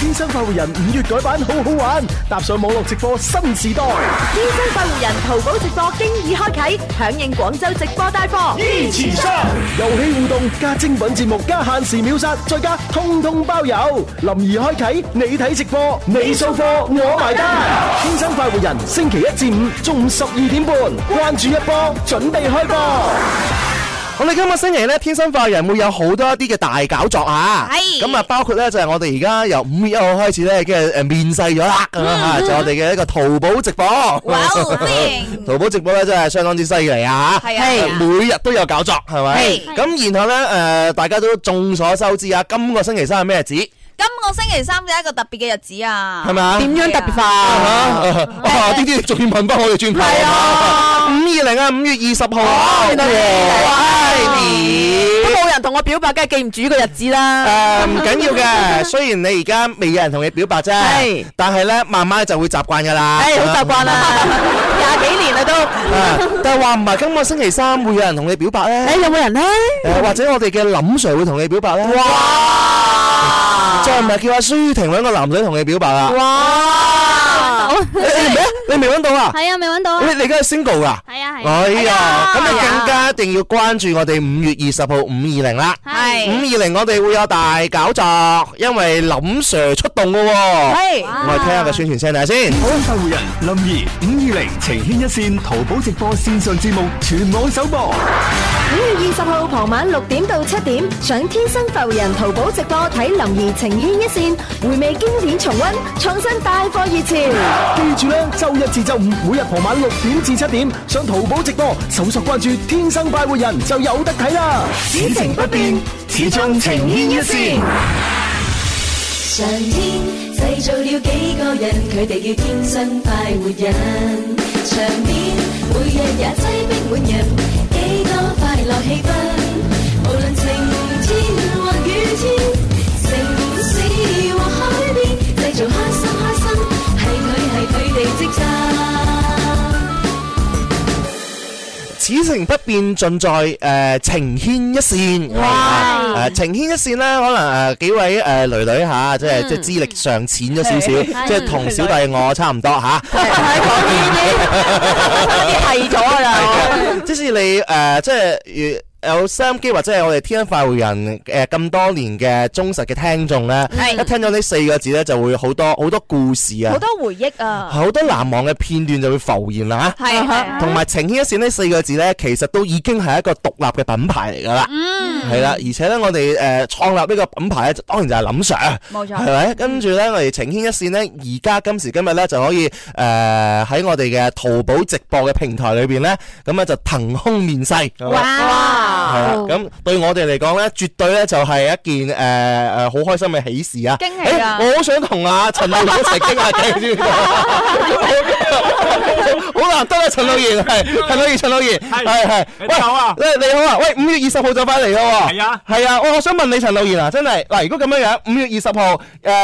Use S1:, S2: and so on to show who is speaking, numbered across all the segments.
S1: 天生快活人五月改版好好玩，踏上網絡直播新時代。
S2: 天生快活人淘寶直播經已開啟，響應廣州直播帶貨。
S1: 依次生遊戲互動加精品節目加限時秒殺，再加通通包郵。林怡開啟你睇直播，你掃貨我埋單。天生快活人星期一至五中午十二點半，關注一波，準備開播。
S3: 我哋今個星期咧，天生快活人會有好多一啲嘅大搞作啊！
S4: 係
S3: 咁啊，包括咧就係我哋而家由五月一號開始咧，跟住誒面世咗啦，
S4: 嗯
S3: 咁啊就我哋嘅一個淘寶直播。淘寶直播咧真係相當之犀利啊！
S4: 哦係啊係啊
S3: 每日都有搞作，係咪？
S4: 係
S3: 咁然後咧誒，大家都眾所周知啊，今個星期三係咩日子？
S4: 今個星期三就係一個特別嘅日子啊，
S3: 係咪啊點樣特別
S4: 化？
S3: 啊！呢啲仲要問翻我哋轉頭。係啊，五二零啊，五月二十號
S4: 哦
S3: 啊，原
S5: 都冇人同我表白，梗係記唔住呢個日子啦。
S3: 誒唔嗯緊要嘅，雖然你而家未有人同你表白啫，但係咧慢慢就會習慣㗎啦。
S5: 誒好習慣啦，廿幾年啦都。
S3: 啊但係話唔係今個星期三會有人同你表白 咧？
S5: 誒有冇人咧？
S3: 誒或者我哋嘅林 Sir 會同你表白咧？哇！再唔係叫阿舒婷揾個男仔同你表白啦。
S5: 哇！
S3: 你你咩？你未揾到啊？
S6: 係啊，未揾到啊
S3: 你！你而家係 single 噶？
S6: 係啊係啊
S3: 哎呀，咁你
S6: 係啊
S3: 更加一定要關注我哋五月二十號五二零啦。
S6: 係
S3: 五二零我哋會有大搞作，因為林 Sir 出動噶喎。
S5: 係
S3: 我哋聽下個宣傳聲睇先。
S1: 天生快活人林怡五二零情牽一線淘寶直播線上節目全網首播。
S2: 五月二十號傍晚六點到七點，上天生浮人淘寶直播睇林怡情牽一線，回味經典重溫，創新帶貨熱潮。
S1: 記住咧，周一至周五每日傍晚六點至七點上淘寶直播，搜索關注「天生快活人」就有得睇啦。
S2: 此情不變，
S1: 始終情牽一線。
S7: 上天製造了幾個人，佢哋叫天生快活人。場面每日也擠逼滿人，幾多快樂氣氛。無論晴天或雨天，城市或海邊，製造開心開心，係佢係佢哋職責。
S3: 此情不變，盡在誒、呃情牽一線。誒、情牽一線咧，可能誒、呃、幾位誒、呃、女女嚇，即係即係資歷尚淺咗少少，
S5: 嗯係
S3: 即係同小弟我差唔多嚇。
S5: 係咗㗎啦。
S3: 啊即是你誒、呃即係如有收音機或者係我哋天恩快活人誒咁多年嘅忠實嘅聽眾咧，
S4: 係
S3: 一聽到呢四個字咧，就會好多好多故事啊
S4: 好，多回憶啊，
S3: 好多難忘嘅片段就會浮現啦嚇。
S4: 係係
S3: 同埋情牽一線呢四個字呢，其實都已經係一個獨立嘅品牌嚟㗎啦。
S4: 嗯
S3: 係啦，而且呢，我哋誒創立呢個品牌呢，當然就係林 Sir，
S4: 冇錯
S3: 係咪？跟住呢，我哋情牽一線呢，而家今時今日呢，就可以誒喺、呃我哋嘅淘寶直播嘅平台裏邊呢，咁啊咧就騰空面世。
S4: 哇！
S3: 係啦，咁對我哋嚟講咧，絕對咧就係一件誒誒好開心嘅喜事啊！
S4: 驚喜啊
S3: 誒我好想同阿陳露賢一齊傾下 偈先，好難得啊！陳露賢係陳露賢，陳露賢係係，喂
S8: 你好啊
S3: 你你好啊！喂，五月二十號就翻嚟咯喎，
S8: 係啊
S3: 係啊！我我想問你陳露賢啊，真係嗱，如果咁樣樣，五月二十號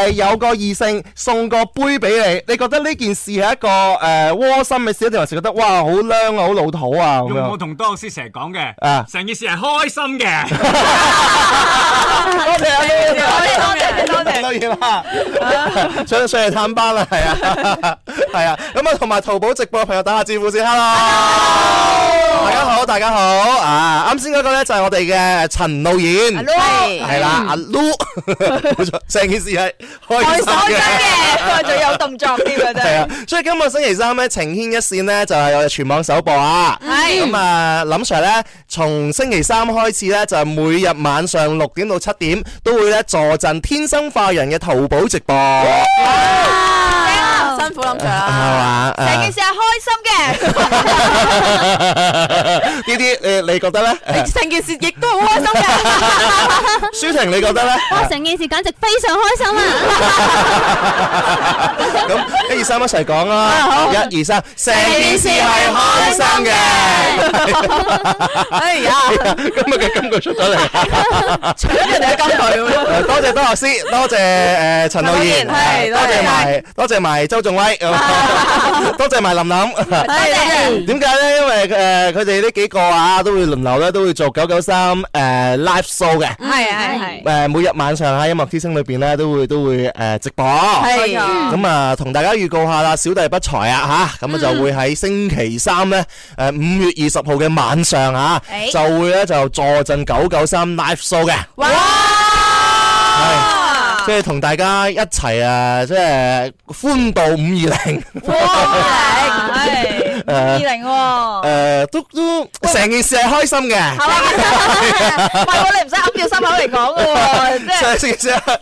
S3: 誒有個異性送個杯俾你，你覺得呢件事係一個誒窩心嘅事，定還是覺得哇好靚啊，好老土啊咁
S8: 用
S3: 樣
S8: 我？同多老師成日講嘅
S3: 啊，
S8: 成件事係開心嘅，
S3: 多謝啊阿 May
S4: 多謝多謝
S3: 當然啦，上上嚟探班啦，係啊， 係啊，咁啊，同埋淘寶直播嘅朋友打下招呼先，hello，大家好，大家好，啊，啱先嗰個咧就係我哋嘅陳露
S4: 阿
S3: 妍，
S4: Lu
S3: 係啦，阿 Lu，冇 錯，成件事係開心
S4: 開心
S3: 嘅。
S4: 嘅，佢仲有動作添啊，真
S3: 係啊
S4: 係。，
S3: 所以今個星期三咧，情牽一線咧就係我哋全網首播啊。
S4: 係
S3: 咁啊，林 Sir 咧，從星期三開始咧，就係每日晚上六點到七點都會咧坐鎮天生化人嘅淘寶直播，係
S5: À.
S4: 啊辛苦林 Sir 啦，
S3: 嘛？
S4: 成件
S3: 啊
S4: 事係開心嘅，
S3: 啊呢啲你你覺得咧？
S5: 成件事亦都好開心 嘅，
S3: 舒婷你覺得咧？
S6: 哇，成件事簡直非常開心啊！
S3: 咁一二三一齊講啦
S5: 啊，好
S3: 一二三，成件事係開心嘅。
S5: 哎呀，
S3: 今日嘅金句出咗嚟，
S5: 搶人哋嘅金句咁樣。
S3: 多謝多樂師，多謝誒陳浩然，
S5: 陳浩然
S3: 多謝
S5: 係
S3: 埋多謝埋周仲威， 多謝埋林琳。
S5: 係
S3: 點解咧？因為誒佢哋呢幾個啊，都會輪流咧，都會做九九三誒 ờ, live show 嘅。
S4: 係，係，係。
S3: 誒每日晚上喺音樂之聲裏邊咧，都會都會誒直播。
S5: 係
S4: 冇錯
S3: 咁啊，同大家預告下啦，小弟不才啊嚇，咁啊就會喺星期三咧，誒五月二十號嘅晚上啊，
S4: 誒
S3: 就會咧就坐陣九九三 live show 嘅，
S5: 哇！
S3: 係即係同大家一齊啊，即係歡度五二 零，
S4: 係，二零喎。
S3: 誒都都成件事係開心嘅。
S4: 喂，我哋唔使揞住心口嚟講嘅喎，即係-
S3: 真係食食，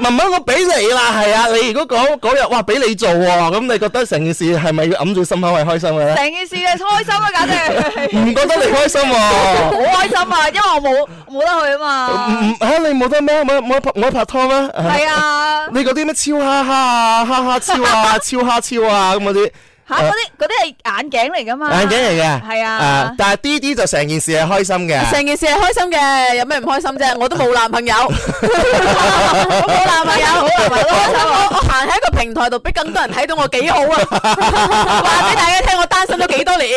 S3: 文文我俾你啦，係啊，你如果嗰嗰日哇俾你做喎，咁你覺得成件事係咪要揞住心口係開心嘅咧？
S4: 成件事係開心啊，簡直。
S3: 唔覺得你開心 喎？
S4: 好開心啊，因為我冇-冇得去啊嘛。
S3: 唔嚇你冇得咩？冇冇拍冇得拍拖咩？
S4: 係
S5: à,
S4: 啊
S3: 你嗰啲咩超哈哈啊、哈哈超 啊、超哈超啊咁嗰啲。
S4: 吓，嗰啲嗰啲係眼鏡嚟噶嘛？
S3: 眼鏡嚟嘅，
S4: 係啊
S3: 但係 D D 就成件事係開心嘅，
S5: 成件事係開心嘅，有咩唔開心啫？我都冇男朋友，我冇男朋友，我我我行喺一個平台度，俾更多人睇到我幾好啊！話俾大家聽，我單身咗幾多年，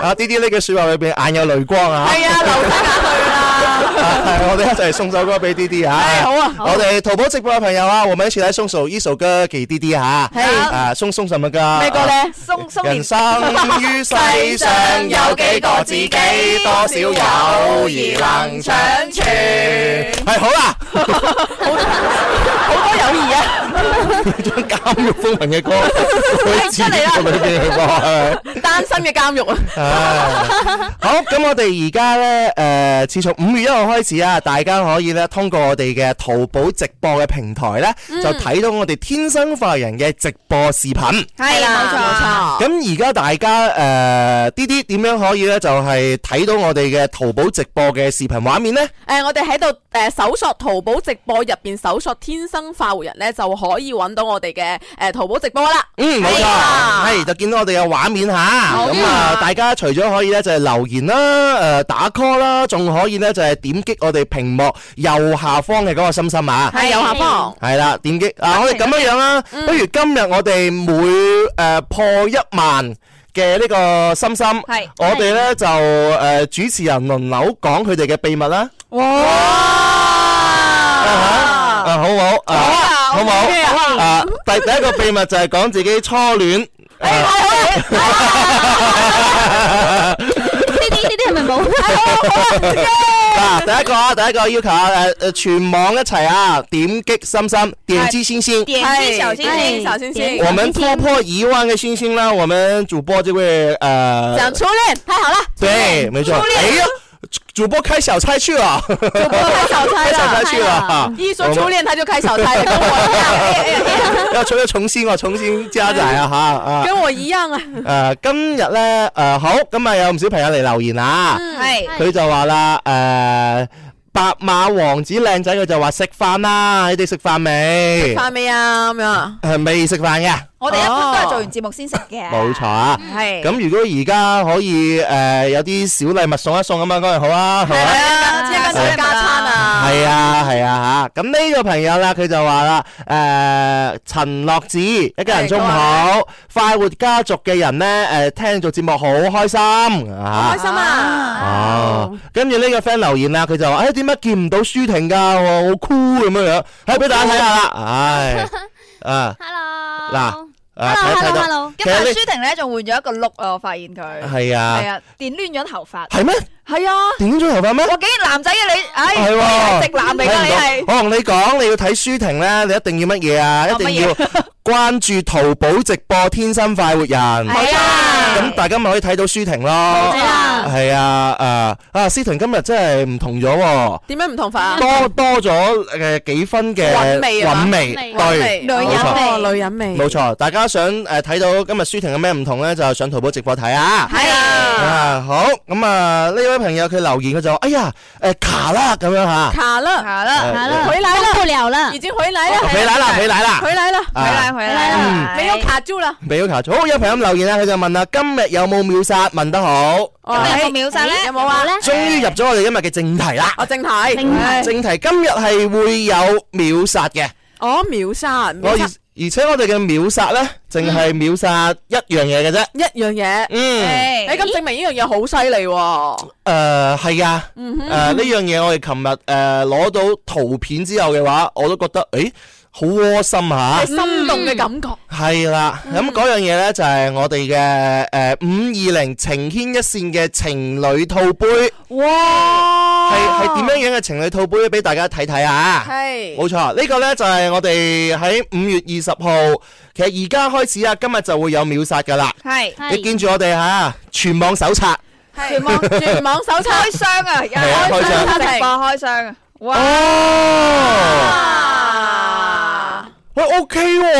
S3: 啊 D D 呢句說話裏邊眼有淚光啊，
S5: 係啊，流晒眼淚啦。
S3: 啊我哋一齊送首歌俾 D D 啊！
S5: 哎好啊好
S3: 我哋淘寶直播嘅朋友啊，我们一起來送首一首歌給 D D 啊！
S5: 係
S3: 啊，送送什麼歌？
S5: 咩歌
S3: 啊？
S5: 咧？
S4: 松松
S3: 人
S4: 年
S3: 生於世上有幾個自己，多少友誼能長存。係好
S5: 啊
S3: 啦，
S5: 好多友誼啊！
S3: 將監獄風雲 嘅歌，佢
S5: 出嚟啦
S3: 裏邊去播係咪
S5: 單身嘅監獄啊！
S3: 啊好，咁我哋而家呢，誒、呃自從五月一號開始啊，大家可以咧通過我哋嘅淘寶直播嘅平台呢，
S5: 嗯
S3: 就睇到我哋天生快活人嘅直播視頻。
S4: 係啦，
S5: 冇錯。
S3: 咁而家大家誒啲啲點樣可以呢？就係、睇到我哋嘅淘寶直播嘅視頻畫面呢？
S5: 誒，呃我哋喺度誒搜索淘寶直播入邊搜索天生快活人咧，就可以揾到我哋嘅誒淘寶直播啦。
S3: 嗯，冇錯，
S5: 係啊
S3: 係就見到我哋嘅畫面吓，咁啊，大家除咗可以咧就係留言啦，誒打 call 啦，仲可以咧就係點擊我哋屏幕右下方嘅嗰個心心啊。
S5: 係右下方。
S3: 系啦，點擊啊！我哋咁樣樣啦，不如今日我哋每诶破一萬嘅呢個心心，
S4: 係
S3: 我哋咧就诶主持人輪流講佢哋嘅秘密啦。啊好唔好啊，
S5: 哦
S3: 好唔好啊？第第一個秘密就係講自己初戀。 嗱，第一個啊，第一個要求啊，誒誒，全網一齊啊，點擊心心，點擊星星。
S4: 點擊小星星，
S5: 小星星。
S3: 我們突破一萬個星星啦！我們主播這位呃，
S5: 講初戀，太好啦！
S3: 对，沒錯。哎呀，主主播開小差去了，
S5: 我開小差
S3: 開小差
S5: 啦。
S3: 去了啊！
S5: 一說初戀，他就開小差了，跟我一樣哎呀哎呀，
S3: 要重要重新哦，重新加載啊！哈啊
S5: 跟我一樣啊！
S3: 誒，今日咧誒好，咁啊有唔少朋友嚟留言啊，
S5: 哎
S4: 係
S3: 佢就話啦誒。白馬王子靚仔，佢就話食飯啦，你哋食飯 未？
S5: 快未啊？咁樣啊？
S3: 誒 未食飯嘅，
S4: 我哋一般都係做完節目先食嘅。
S3: 冇錯啊。
S4: 係。
S3: 咁如果而家可以誒、呃有啲小禮物送一送咁啊，梗係好啊，係咪？
S5: 啊，即係跟加餐啊！
S3: 係啊，係啊嚇！咁呢個朋友啦，佢就話啦，誒、陳樂子一家人中午好，快活家族嘅人呢，誒、聽做節目好開心啊！
S5: 開心啊！
S3: 哦，跟住呢個 friend 留言啦，佢就話：，誒點解見唔到舒婷㗎？我好酷咁樣樣，係俾大家睇下啦， 唉，啊嗱，啊睇睇到，其
S4: 今日
S3: 實呢
S4: 舒婷咧仲換咗一個 look 啊！我發現佢
S3: 係
S4: 係
S3: 啊，
S4: 啊，電攣咗頭髮。
S3: 係咩？
S4: 係啊，
S3: 點咗頭髮咩？
S4: 我竟然男仔嘅你，唉，
S3: 係
S4: 你
S3: 喎
S4: 係直男嚟㗎你係。
S3: 我同你講，你要睇舒婷咧，你一定要乜嘢啊？一定要關注淘寶直播《天生快活人》，
S4: 係啊
S3: 咁大家咪可以睇到舒婷咯。
S4: 係啊
S2: 啊！
S3: 係啊，啊啊，思婷今日真係唔同咗 喎。
S5: 點樣唔同法啊？
S3: 多多咗誒幾分嘅
S5: 韻味啊嘛
S3: 韻味，
S6: 韻
S3: 對，
S5: 女
S3: 冇錯
S5: 人味，女人味，
S3: 冇錯，大家想誒睇到今日舒婷有咩唔同咧，就上淘寶直播睇啊！
S5: 係
S3: à.
S5: 啊，
S3: 啊，好咁啊！呢位朋友佢留言佢就話：哎呀，誒卡啦咁樣嚇，
S5: 卡啦，
S4: 好了，
S3: 哎
S6: 好了，
S5: 回来了
S6: 动不了了
S5: 已。经回来了，
S3: 起奶啦，起奶啦，
S5: 回來了，
S3: 啊
S4: 回来回
S6: 嗯
S4: 来，
S5: 沒有卡住啦。
S3: 俾咗卡好，有朋友咁留言啦，佢就問啦：今日有冇秒殺？問得好，
S5: 哦
S4: 今日有冇
S5: 哎
S4: 秒殺呢
S5: 有冇啊？
S3: 終於入咗我哋今日嘅正題啦。
S5: 我正題，
S6: 正題
S5: 哎
S3: 正題今日係會有秒殺嘅，
S5: 我秒殺，
S3: 我
S5: 秒
S3: 而
S5: 殺
S3: 而且我哋嘅秒殺咧，淨係秒殺一樣嘢嘅啫。
S5: 一樣嘢。
S3: 嗯。
S5: 你咁證明呢樣嘢好犀利喎，
S3: 誒係啊，誒呢樣嘢我哋琴日誒攞到圖片之後嘅話，我都覺得誒好窩心嚇
S5: 係，心動嘅感覺。
S3: 係啦。咁嗰樣嘢呢，就係我哋嘅誒五二零情牽一線嘅情侶套杯，
S5: 哇！
S3: 係係點樣樣嘅情侶套杯俾大家睇睇啊！
S5: 哦係
S3: 冇錯，呢個呢就係我哋喺五月二十號，其實而家開始啊，今日就會有秒殺㗎啦。
S4: 系
S6: 係
S3: 你見住我哋嚇，全網搜查。
S5: 全網全網搜查
S4: 开箱啊，而家
S3: 係啊開箱
S4: 直播开箱啊，哇！
S3: 哦，喂，OK 喎
S5: 嘅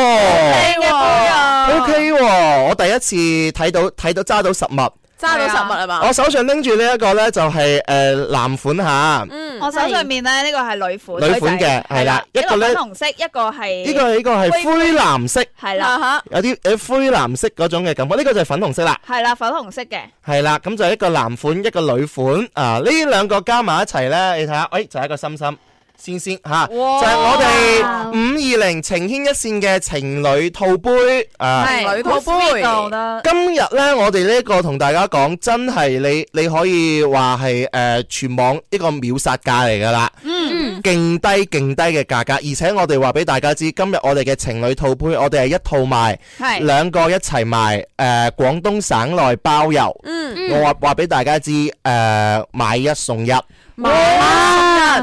S5: 杯啊，
S3: ，OK 喎，我第一次睇到睇到揸到實物，
S5: 揸到實物啊嘛
S3: 我，手上拎住呢一個呢，就係誒男款嚇，
S5: 嗯，
S4: 我手上面咧呢個係女款，
S3: 女款嘅係啦
S4: 一
S3: 一個
S4: 個
S3: 咧
S4: 粉紅色，一個係
S3: 呢個呢個係灰藍色，
S4: 係啦，
S5: 啦
S3: 有啲誒灰藍色嗰種嘅感覺，呢個就係粉紅色啦，
S4: 係啦，粉紅色嘅，
S3: 係啦，咁就一個男款一個女款啊，呢兩個加埋一齊呢，你睇下，誒就係一個心心。先先嚇，就係我哋五二零情牽一線嘅情侶套杯啊！
S5: 係女套杯
S4: 我得
S3: 今日呢，我哋呢個同大家講，真係你你可以話係誒全網一個秒殺價嚟㗎啦，嗯，勁低勁低嘅價格，而且我哋話俾大家知，今日我哋嘅情侶套杯，我哋係一套賣，
S4: 係
S3: 兩個一齊賣，誒、廣東省內包郵，嗯，我話話俾大家知，誒、買一送一，
S5: 吓，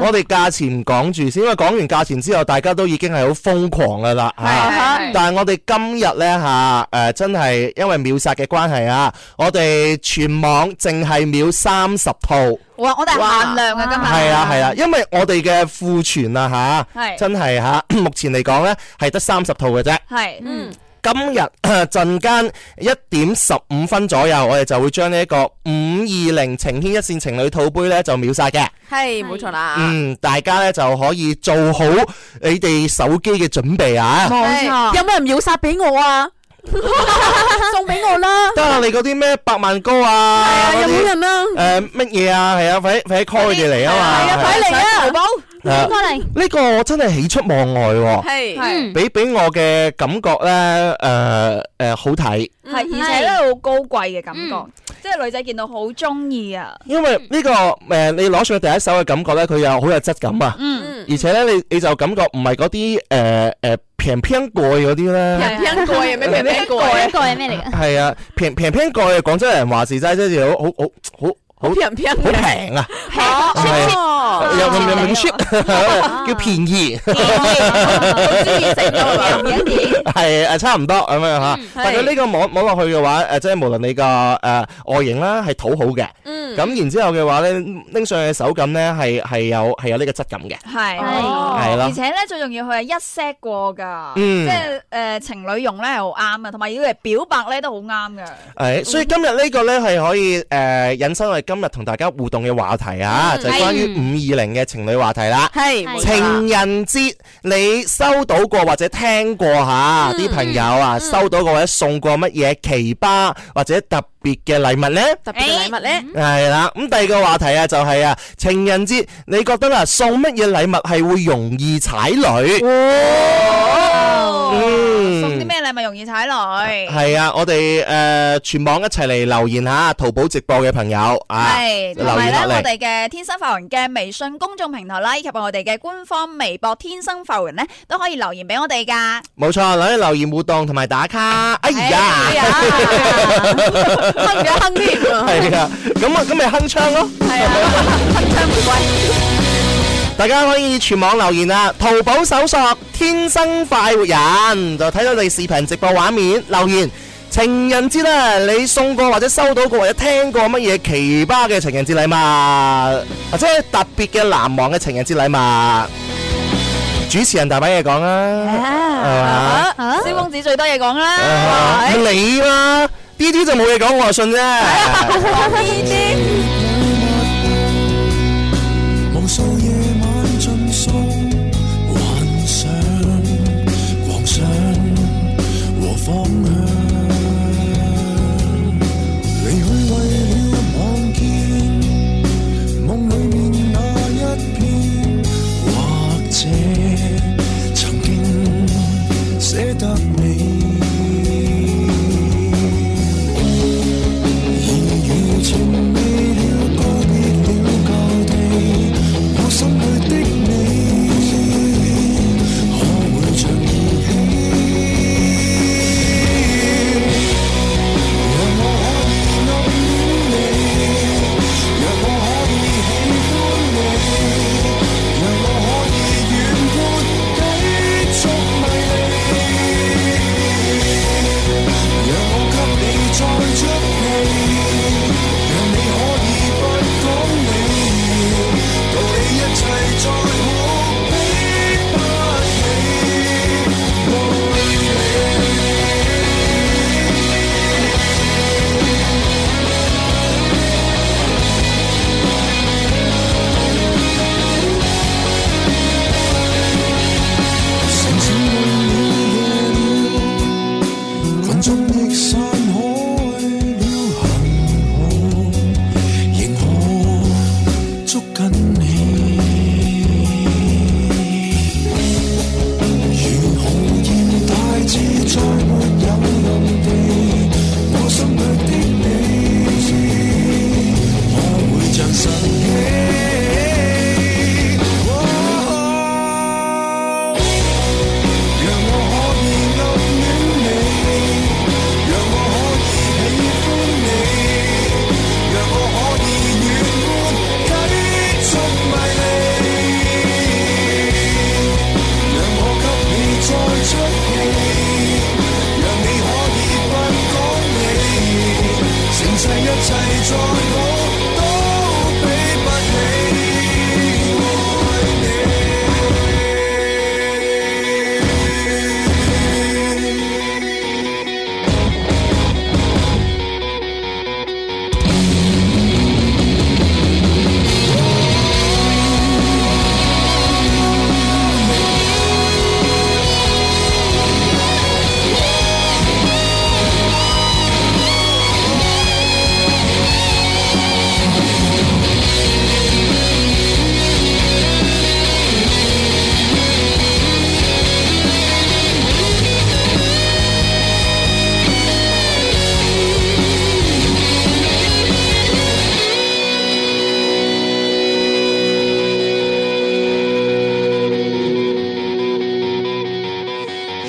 S3: 我哋價錢唔講住先，因為講完價錢之後，大家都已經係好瘋狂㗎啦，嚇
S4: 係
S3: 但係我哋今日呢，吓、誒真係因為秒殺嘅關係啊，我哋全網淨係秒三十套，
S4: 哇！我哋係限量嘅今日，
S3: 係啊係啊，因為我哋嘅庫存啊吓，
S4: 係
S3: 真係吓、 目前嚟講呢，係得三十套嘅啫。
S4: 係嗯
S3: 今日 陣間一點十五分左右，我哋就會將呢一個五二零情牽一線情侶套杯呢就秒殺嘅。
S5: 係冇錯啦，
S3: 嗯，大家呢就可以做好你哋手機嘅準備啊！
S5: 冇錯，有冇人秒殺俾我啊？送俾我啦，
S3: 得啊，你嗰啲咩百萬高啊，
S5: 係啊
S3: 嗰
S5: 有冇
S3: 啲
S5: 人啊？
S3: 誒乜嘢啊？係啊，快快啲 call 佢哋嚟
S5: 係啊，
S3: 啊嘛！
S5: 快嚟啊，淘寶，
S3: 係啊
S6: 过嚟，
S3: 呢個我真係喜出望外喎，
S4: Ừ.
S5: 係
S6: 嗯，
S3: 俾俾我嘅感覺咧誒誒好睇，
S4: 係，而且咧好高貴嘅感覺，即係女仔見到好中意啊，
S3: 因為呢個誒你攞上去第一手嘅感覺咧，佢又好有質感啊，
S4: 嗯，
S3: 而且咧你你就感覺唔係嗰啲誒誒平平蓋嗰啲咧。
S5: 人聽過嘅咩咩咩過
S6: 第
S5: 嘅
S4: Dạ.
S6: 一。個係咩嚟㗎？
S3: 係啊，平平平蓋，廣州人話事齋，即係好好好好
S5: 人偏
S3: 好平啊，係
S5: 哦，
S3: 又又又唔 cheap，叫便宜。
S5: 好中意食咯，
S3: 係啊誒差唔多咁樣嚇，但佢呢個摸摸落去嘅話，誒即係無論你個誒外形啦係討好嘅，
S5: 嗯，
S3: 咁然之後嘅話咧拎上去嘅手感咧係係有係有呢個質感嘅，
S4: 係
S6: 係
S3: 係
S4: 而
S3: 咯，
S4: 且咧最重要佢係一 set 過㗎，
S3: 嗯
S4: 即係誒情侶用咧係好啱嘅，同埋要嚟表白咧都好啱嘅。
S3: 係所以今日呢個咧係可以誒引申我哋今日同大家互動嘅話題啊，就係關於五二零嘅情侶話題啦。
S5: 係冇錯
S3: 情人節你收到過或者聽過嚇
S4: 嗯
S3: 啲朋友啊，收到過或者送過乜嘢奇葩或者特別嘅禮物呢？
S5: 特別嘅禮物咧，
S3: 係啦，咁第二個話題啊，就係啊，情人節你覺得啊，送乜嘢禮物係會容易踩雷？嗯
S4: 送啲咩禮物容易踩雷？
S3: 係啊，我哋誒全網一齊嚟留言下，淘寶直播嘅朋友啊，
S4: 系，同
S3: 留
S4: 埋
S3: 言
S4: 咧，
S3: 落嚟。
S4: 我哋嘅天生浮人嘅微信公眾平台啦，以及我哋嘅官方微博天生浮人咧，都可以留言俾我哋噶。
S3: 冇錯，留啲留言互動同埋打卡。哎
S4: 哎
S3: 呀，
S5: 哼咗哼添啊，
S3: 係啊，咁啊，咁咪鏗槍咯。
S5: 係啊，鏗鏘玫瑰，
S3: 大家可以全網留言啊，淘寶搜索天生快活人，就睇到你視頻直播畫面留言。情人節啊，你送過或者收到過或者聽過乜嘢奇葩嘅情人節禮物，或者特別嘅難忘嘅情人節禮物？主持人大把嘢講 啦，
S4: 啊蕭啊公子最多嘢講
S3: 係
S4: 啦，
S3: 嘛？你啦，呢啲就冇嘢講，我就信啫。
S6: 無數夜晚盡訴幻想、狂想和方向。離去為了望見夢裏面那一片，或者曾經寫得美。而如情未了，告別了舊地，我心裏的你，可會像兒戲？若我可以暗戀你，若我可以喜歡你，若我可以遠闊地捉迷你。讓我給你再出氣，讓你可以不講理，道理一切再無比不起愛你。城市裏了夜了。群眾亦散開了，幸好仍可捉緊你。如豪言大志，再沒有任地，我心裏的你，可會像神奇？哦讓我可以暗戀你，讓我可以喜歡你，讓我可以遠觀繼續迷你。讓我給你再出氣，讓你可以不講理，盛世一切再好都比不起愛你。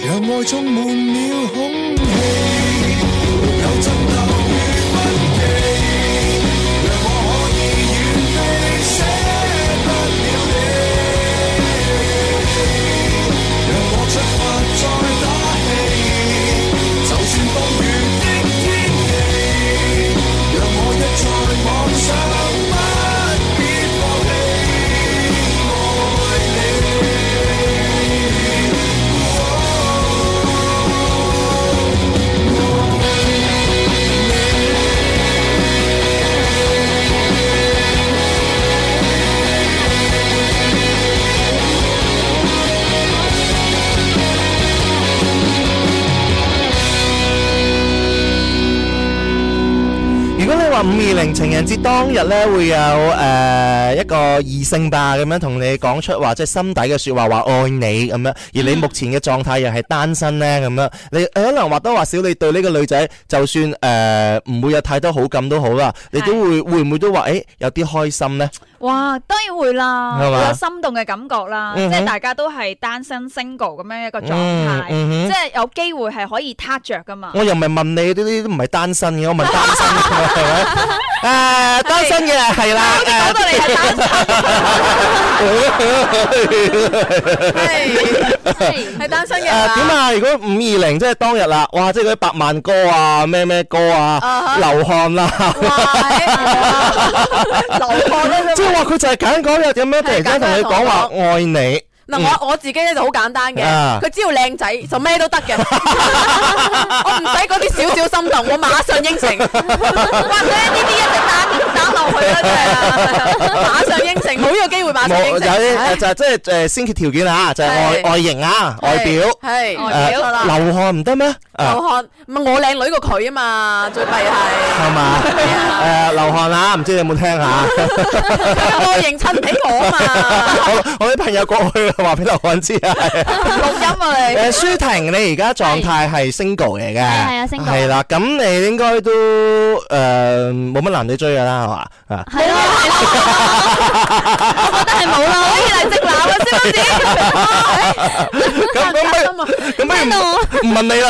S6: 让爱充满了空气，有争斗與分歧，讓我可以遠地捨不了你，讓我出發再打氣，就算暴雨的天氣，讓我一再妄想，不必放棄愛你。
S3: 如果你話五二零情人節當日咧會有誒、呃一個異性吧咁樣同你講出話，即係心底嘅説話，話愛你咁樣，而你目前嘅狀態又係單身咧咁樣，你可能或多或少你對呢個女仔，就算誒唔、會有太多好感都好啦，你都會會唔會都話誒、欸有啲開心呢？
S4: 哇，當然會啦，
S3: 係嘛
S4: 有心動嘅感覺啦，即
S3: 嗯哼
S4: 係大家都係單身 single 咁樣一個狀態，
S3: 嗯嗯哼
S4: 即係有機會係可以撻着噶嘛。
S3: 我又唔係問你呢啲都唔係單身嘅，我問單身嘅係咪？诶，单身嘅係啦，
S4: 講到你係單
S5: 係係
S4: À,
S5: 單身嘅
S3: 誒
S5: 人啊
S3: 點 啊？如果五二零即係當日啦，哇！即係嗰啲百萬歌啊，咩咩歌啊，流汗 啦，
S5: 哇！流汗啦，
S3: 即係話佢就係揀嗰日點樣，突然間同你講話愛你。
S5: 嗱，我我自己咧就好簡單嘅
S3: 啊，
S5: 佢只要靚仔就咩都得 嘅，我唔使嗰啲少少心動，我馬上應承，或者呢啲一直打打落去啦，真係馬上應承，冇呢個機會馬上
S3: 冇有
S5: 應承，
S3: 啲
S5: 唉
S3: 誒就係即係誒先決條件啊，就係外
S5: 係
S3: 外形啊，外表。
S5: 係
S3: 誒
S5: 冇錯啦
S3: 流汗唔得咩？啊
S5: 流汗，唔係我靚女過佢啊嘛，最弊係
S3: 係嘛？誒流汗啊，唔知你有冇聽 下？
S5: 佢嘅外形襯唔起我啊嘛，
S3: 我我啲朋友過去話俾流汗知啊。
S5: 錄音啊你，
S3: 誒，舒婷，你而家狀態係 single 嚟嘅，係
S9: 係啊，single
S3: 係啦，咁你應該都誒冇乜男女追㗎啦，係嘛？啊，
S9: 係咯，係咯，我覺得係冇啦，可以嚟直男啊，先
S3: 咁咁不如咁不如唔唔問你啦，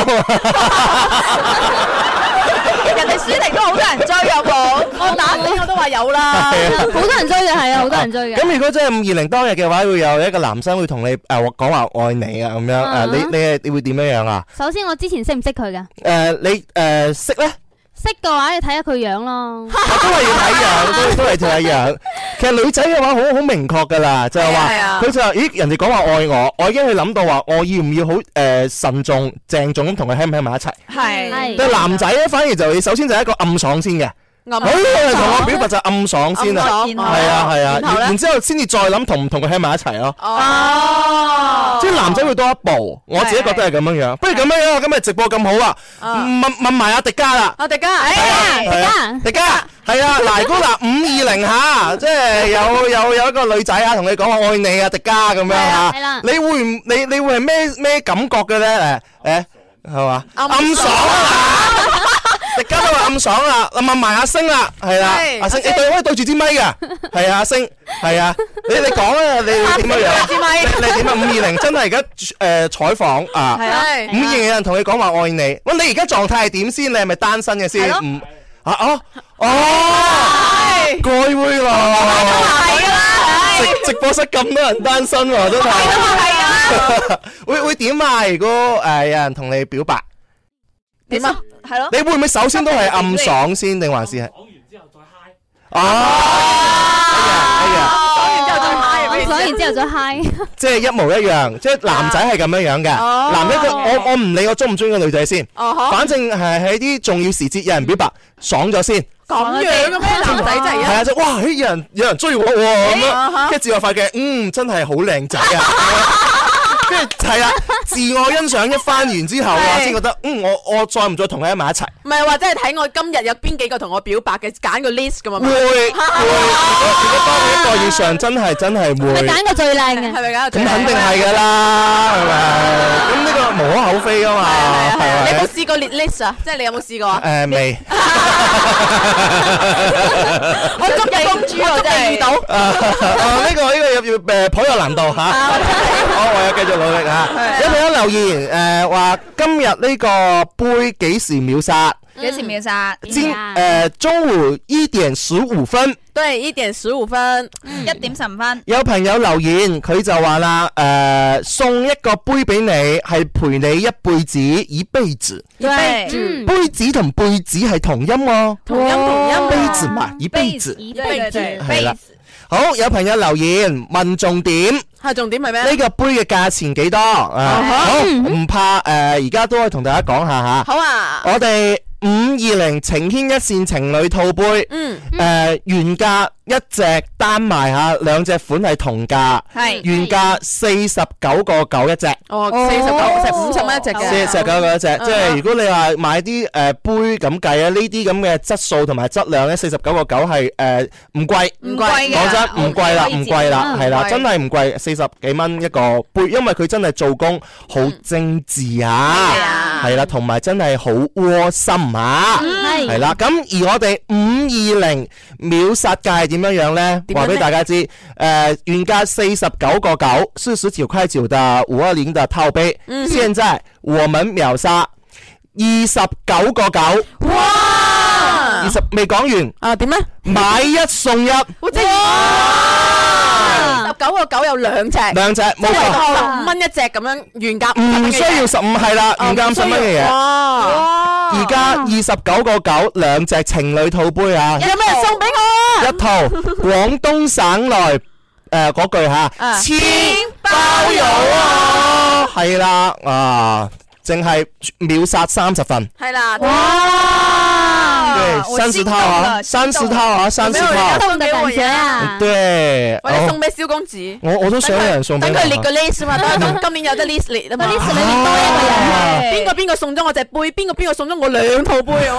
S5: 人哋舒婷都好多人追有冇？我打死我都話有啦。
S9: 好多人追嘅，係啊，好多人追嘅。
S3: 咁如果真係五二零當日嘅話，會有一個男生會同你誒講話愛你啊咁樣誒，
S9: 嗯
S3: 你你係你會點樣樣啊？
S9: 首先我之前識唔識佢嘅？
S3: 誒你誒識咧？
S9: 識嘅話，你睇下佢樣咯。
S3: 都係要睇樣，都都係睇樣。其實女仔嘅話好好明確㗎啦，就係
S5: 係啊係
S3: 話
S5: 啊
S3: 佢就話咦人哋講話愛我，我已經去諗到話我要唔要好誒慎重鄭重咁同佢喺唔喺埋一齊。
S4: 係
S9: 係
S3: 但係男仔咧反而就首先就係一個暗爽先嘅，
S5: 哦暗
S3: 好同我表白就暗爽先啊，
S5: 暗爽
S3: 係啊係啊，
S5: 然後
S3: 然
S5: 咧
S3: 然之後先至再諗同唔同佢喺埋一齊咯。
S5: 哦，
S3: 即係男仔會多一步，我自己覺得係咁樣樣。不如咁樣樣，今日直播咁好
S5: 哦
S3: 啊，問問埋阿迪加啦。
S5: 我哋家
S9: 啊
S5: 哎
S9: 迪加
S3: 迪加，係啊，嗱，如果嗱五二零吓，即係有有有一個女仔啊，同你講我愛你啊，迪加咁樣吓，
S9: 係啦
S3: 你會唔你你會係咩咩感覺嘅咧？誒誒，係嘛？暗爽啊！迪加都話暗爽啦，問埋阿星啦，係啦，
S5: 係
S3: 阿星，你
S5: 阿星
S3: 對可以對住支咪嘅，係啊，阿星，係啊，你你講啊，你會點樣樣？
S5: 支咪
S3: 你你點啊？五二零真係而家誒採訪啊！
S5: 係啊
S3: 五二零有人同你講話愛你，喂，你而家狀態係點先？你係咪單身嘅先？唔啊哦哦，
S5: 係
S3: 該會咯，
S5: 係㗎啦，
S3: 直直播室咁多人單身喎，真係。
S5: 係啊，
S3: 會會點啊？如果誒有人同你表白，
S5: 哦點啊？係咯，
S3: 你會唔會首先都係暗爽先，定還是係？啊講完之後再嗨。哦，一樣一樣。
S5: 講完之後再嗨啊
S9: 我
S5: 俾你知
S9: 講完之後再 high，
S3: 即係一模一樣，即係男仔係咁樣樣嘅。
S5: 哦
S3: 男仔佢我我唔理我中唔中意個女仔先，
S5: 哦呵
S3: 反正係喺啲重要時節有人表白，爽咗先。
S5: 咁樣嘅咩男仔真係
S3: 係
S5: 啊？
S3: 啊，就哇，咦有人有人追我喎咁
S5: 啊
S3: 樣，
S5: 哈
S3: 跟住自我發嘅，嗯，真係好靚仔啊！跟住係啊，自我欣賞一番完之後啊，
S5: 係
S3: 先覺得嗯，我我再唔再同佢喺埋一齊？
S5: 唔係或者係睇我今日有邊幾個同我表白嘅，揀個 list
S3: 會
S5: 㗎嘛？
S3: 會，如果如果多佢一個以上，真係真係
S9: 你
S3: 會。
S9: 揀個最靚
S5: 係
S9: 嘅。
S5: 咪㗎？
S3: 咁肯定係噶啦，係咪？咁呢個無可厚非噶嘛，係
S5: 係啊！你有
S3: 咪
S5: 冇？試過列 list à? 啊？即係你有冇試過啊？
S3: 誒未，
S5: 我今日公主我真係遇到，
S3: 啊呢個呢個要要誒頗有難度嚇，我唯有繼續努力嚇。有朋友留言誒話今日呢個杯幾時秒殺？
S4: 幾時秒殺？
S3: 今
S9: 呀
S3: 誒中午一點十五分。
S5: 對，一點十五分，
S4: 一點十五分。
S3: 有朋友留言，佢就話啦，誒、送一個杯俾你，係陪你一輩子，一輩子。
S4: 對，
S9: 嗯，
S3: 杯子同貝子係同音喎、
S5: 同音同
S4: 啊
S5: 音
S3: 杯子嘛，一輩子。
S9: 一
S4: 對
S9: 輩子
S4: 對
S3: 係啦。好，有朋友留言問重點，呢
S5: 係重點係咩？
S3: 個杯嘅價錢幾多？啊，
S5: 嗯
S3: 好，唔怕誒，而家都可以同大家講下吓。
S5: 好啊，
S3: 我哋五二零情牽一線情侶套杯，
S5: 嗯，
S3: 誒原價一隻單賣吓，兩隻款係同價，
S4: 係
S3: 原價四十九個九一隻。
S5: 哦，四十九、五十蚊一隻
S3: 四
S5: 嘅
S3: 十。九嗰一隻，即係如果你話買啲誒杯咁計啊，呢啲咁嘅質素同埋質量咧，四十九個九係誒唔貴，
S4: 唔貴嘅
S3: 講真唔貴啦，
S4: 可以
S3: 唔
S4: 接
S3: 貴啦，
S9: 嗯
S3: 係
S5: 唔
S3: 啦，
S5: 貴
S3: 真係唔貴，四十幾蚊一個杯，因為佢真係做工好精緻啊，係啦，同埋真係好窩心啊。
S9: 係
S3: 係啦，咁而我哋五二零秒殺價係點樣樣呢？
S5: 點樣
S3: 話
S5: 呢
S3: 俾大家知，誒、原價四十九個九，四十九塊九的五二零的套杯，
S5: 嗯
S3: 現在我們秒殺二十九個九，
S5: 哇！
S3: 二十未講完，
S5: 啊點咧？
S3: 買一送一，
S5: 哇！即係十九個九有兩隻，
S3: 兩隻冇
S5: 即係
S3: 錯，
S5: 十五蚊一隻咁樣原價
S3: 唔需要十五係啦，唔
S5: 哦唔
S3: 啱十蚊嘅嘢。
S5: 嘢。
S3: 而家二十九個九兩隻情侶套杯 啊，
S5: 有咩人送俾我啊？
S3: 一套廣東省內誒嗰句嚇，
S5: 啊
S3: 千包郵啊，係啦啊，淨係秒殺三十份。
S5: 係啦，
S4: 哇
S3: 對，三十套啊，三十套啊，三十
S5: 有人
S3: 套。
S5: 送俾我啊？
S3: 對，
S5: 或者送
S3: 哦
S5: 俾蕭公子。
S3: 我我都想有人送俾我
S5: 等佢列個
S3: 啊。
S5: list 嘛，等佢今年有得 list 列啊嘛。list
S3: 裏面多一個人
S5: 邊個邊個送咗我隻杯，邊個邊個送咗我兩套杯 啊？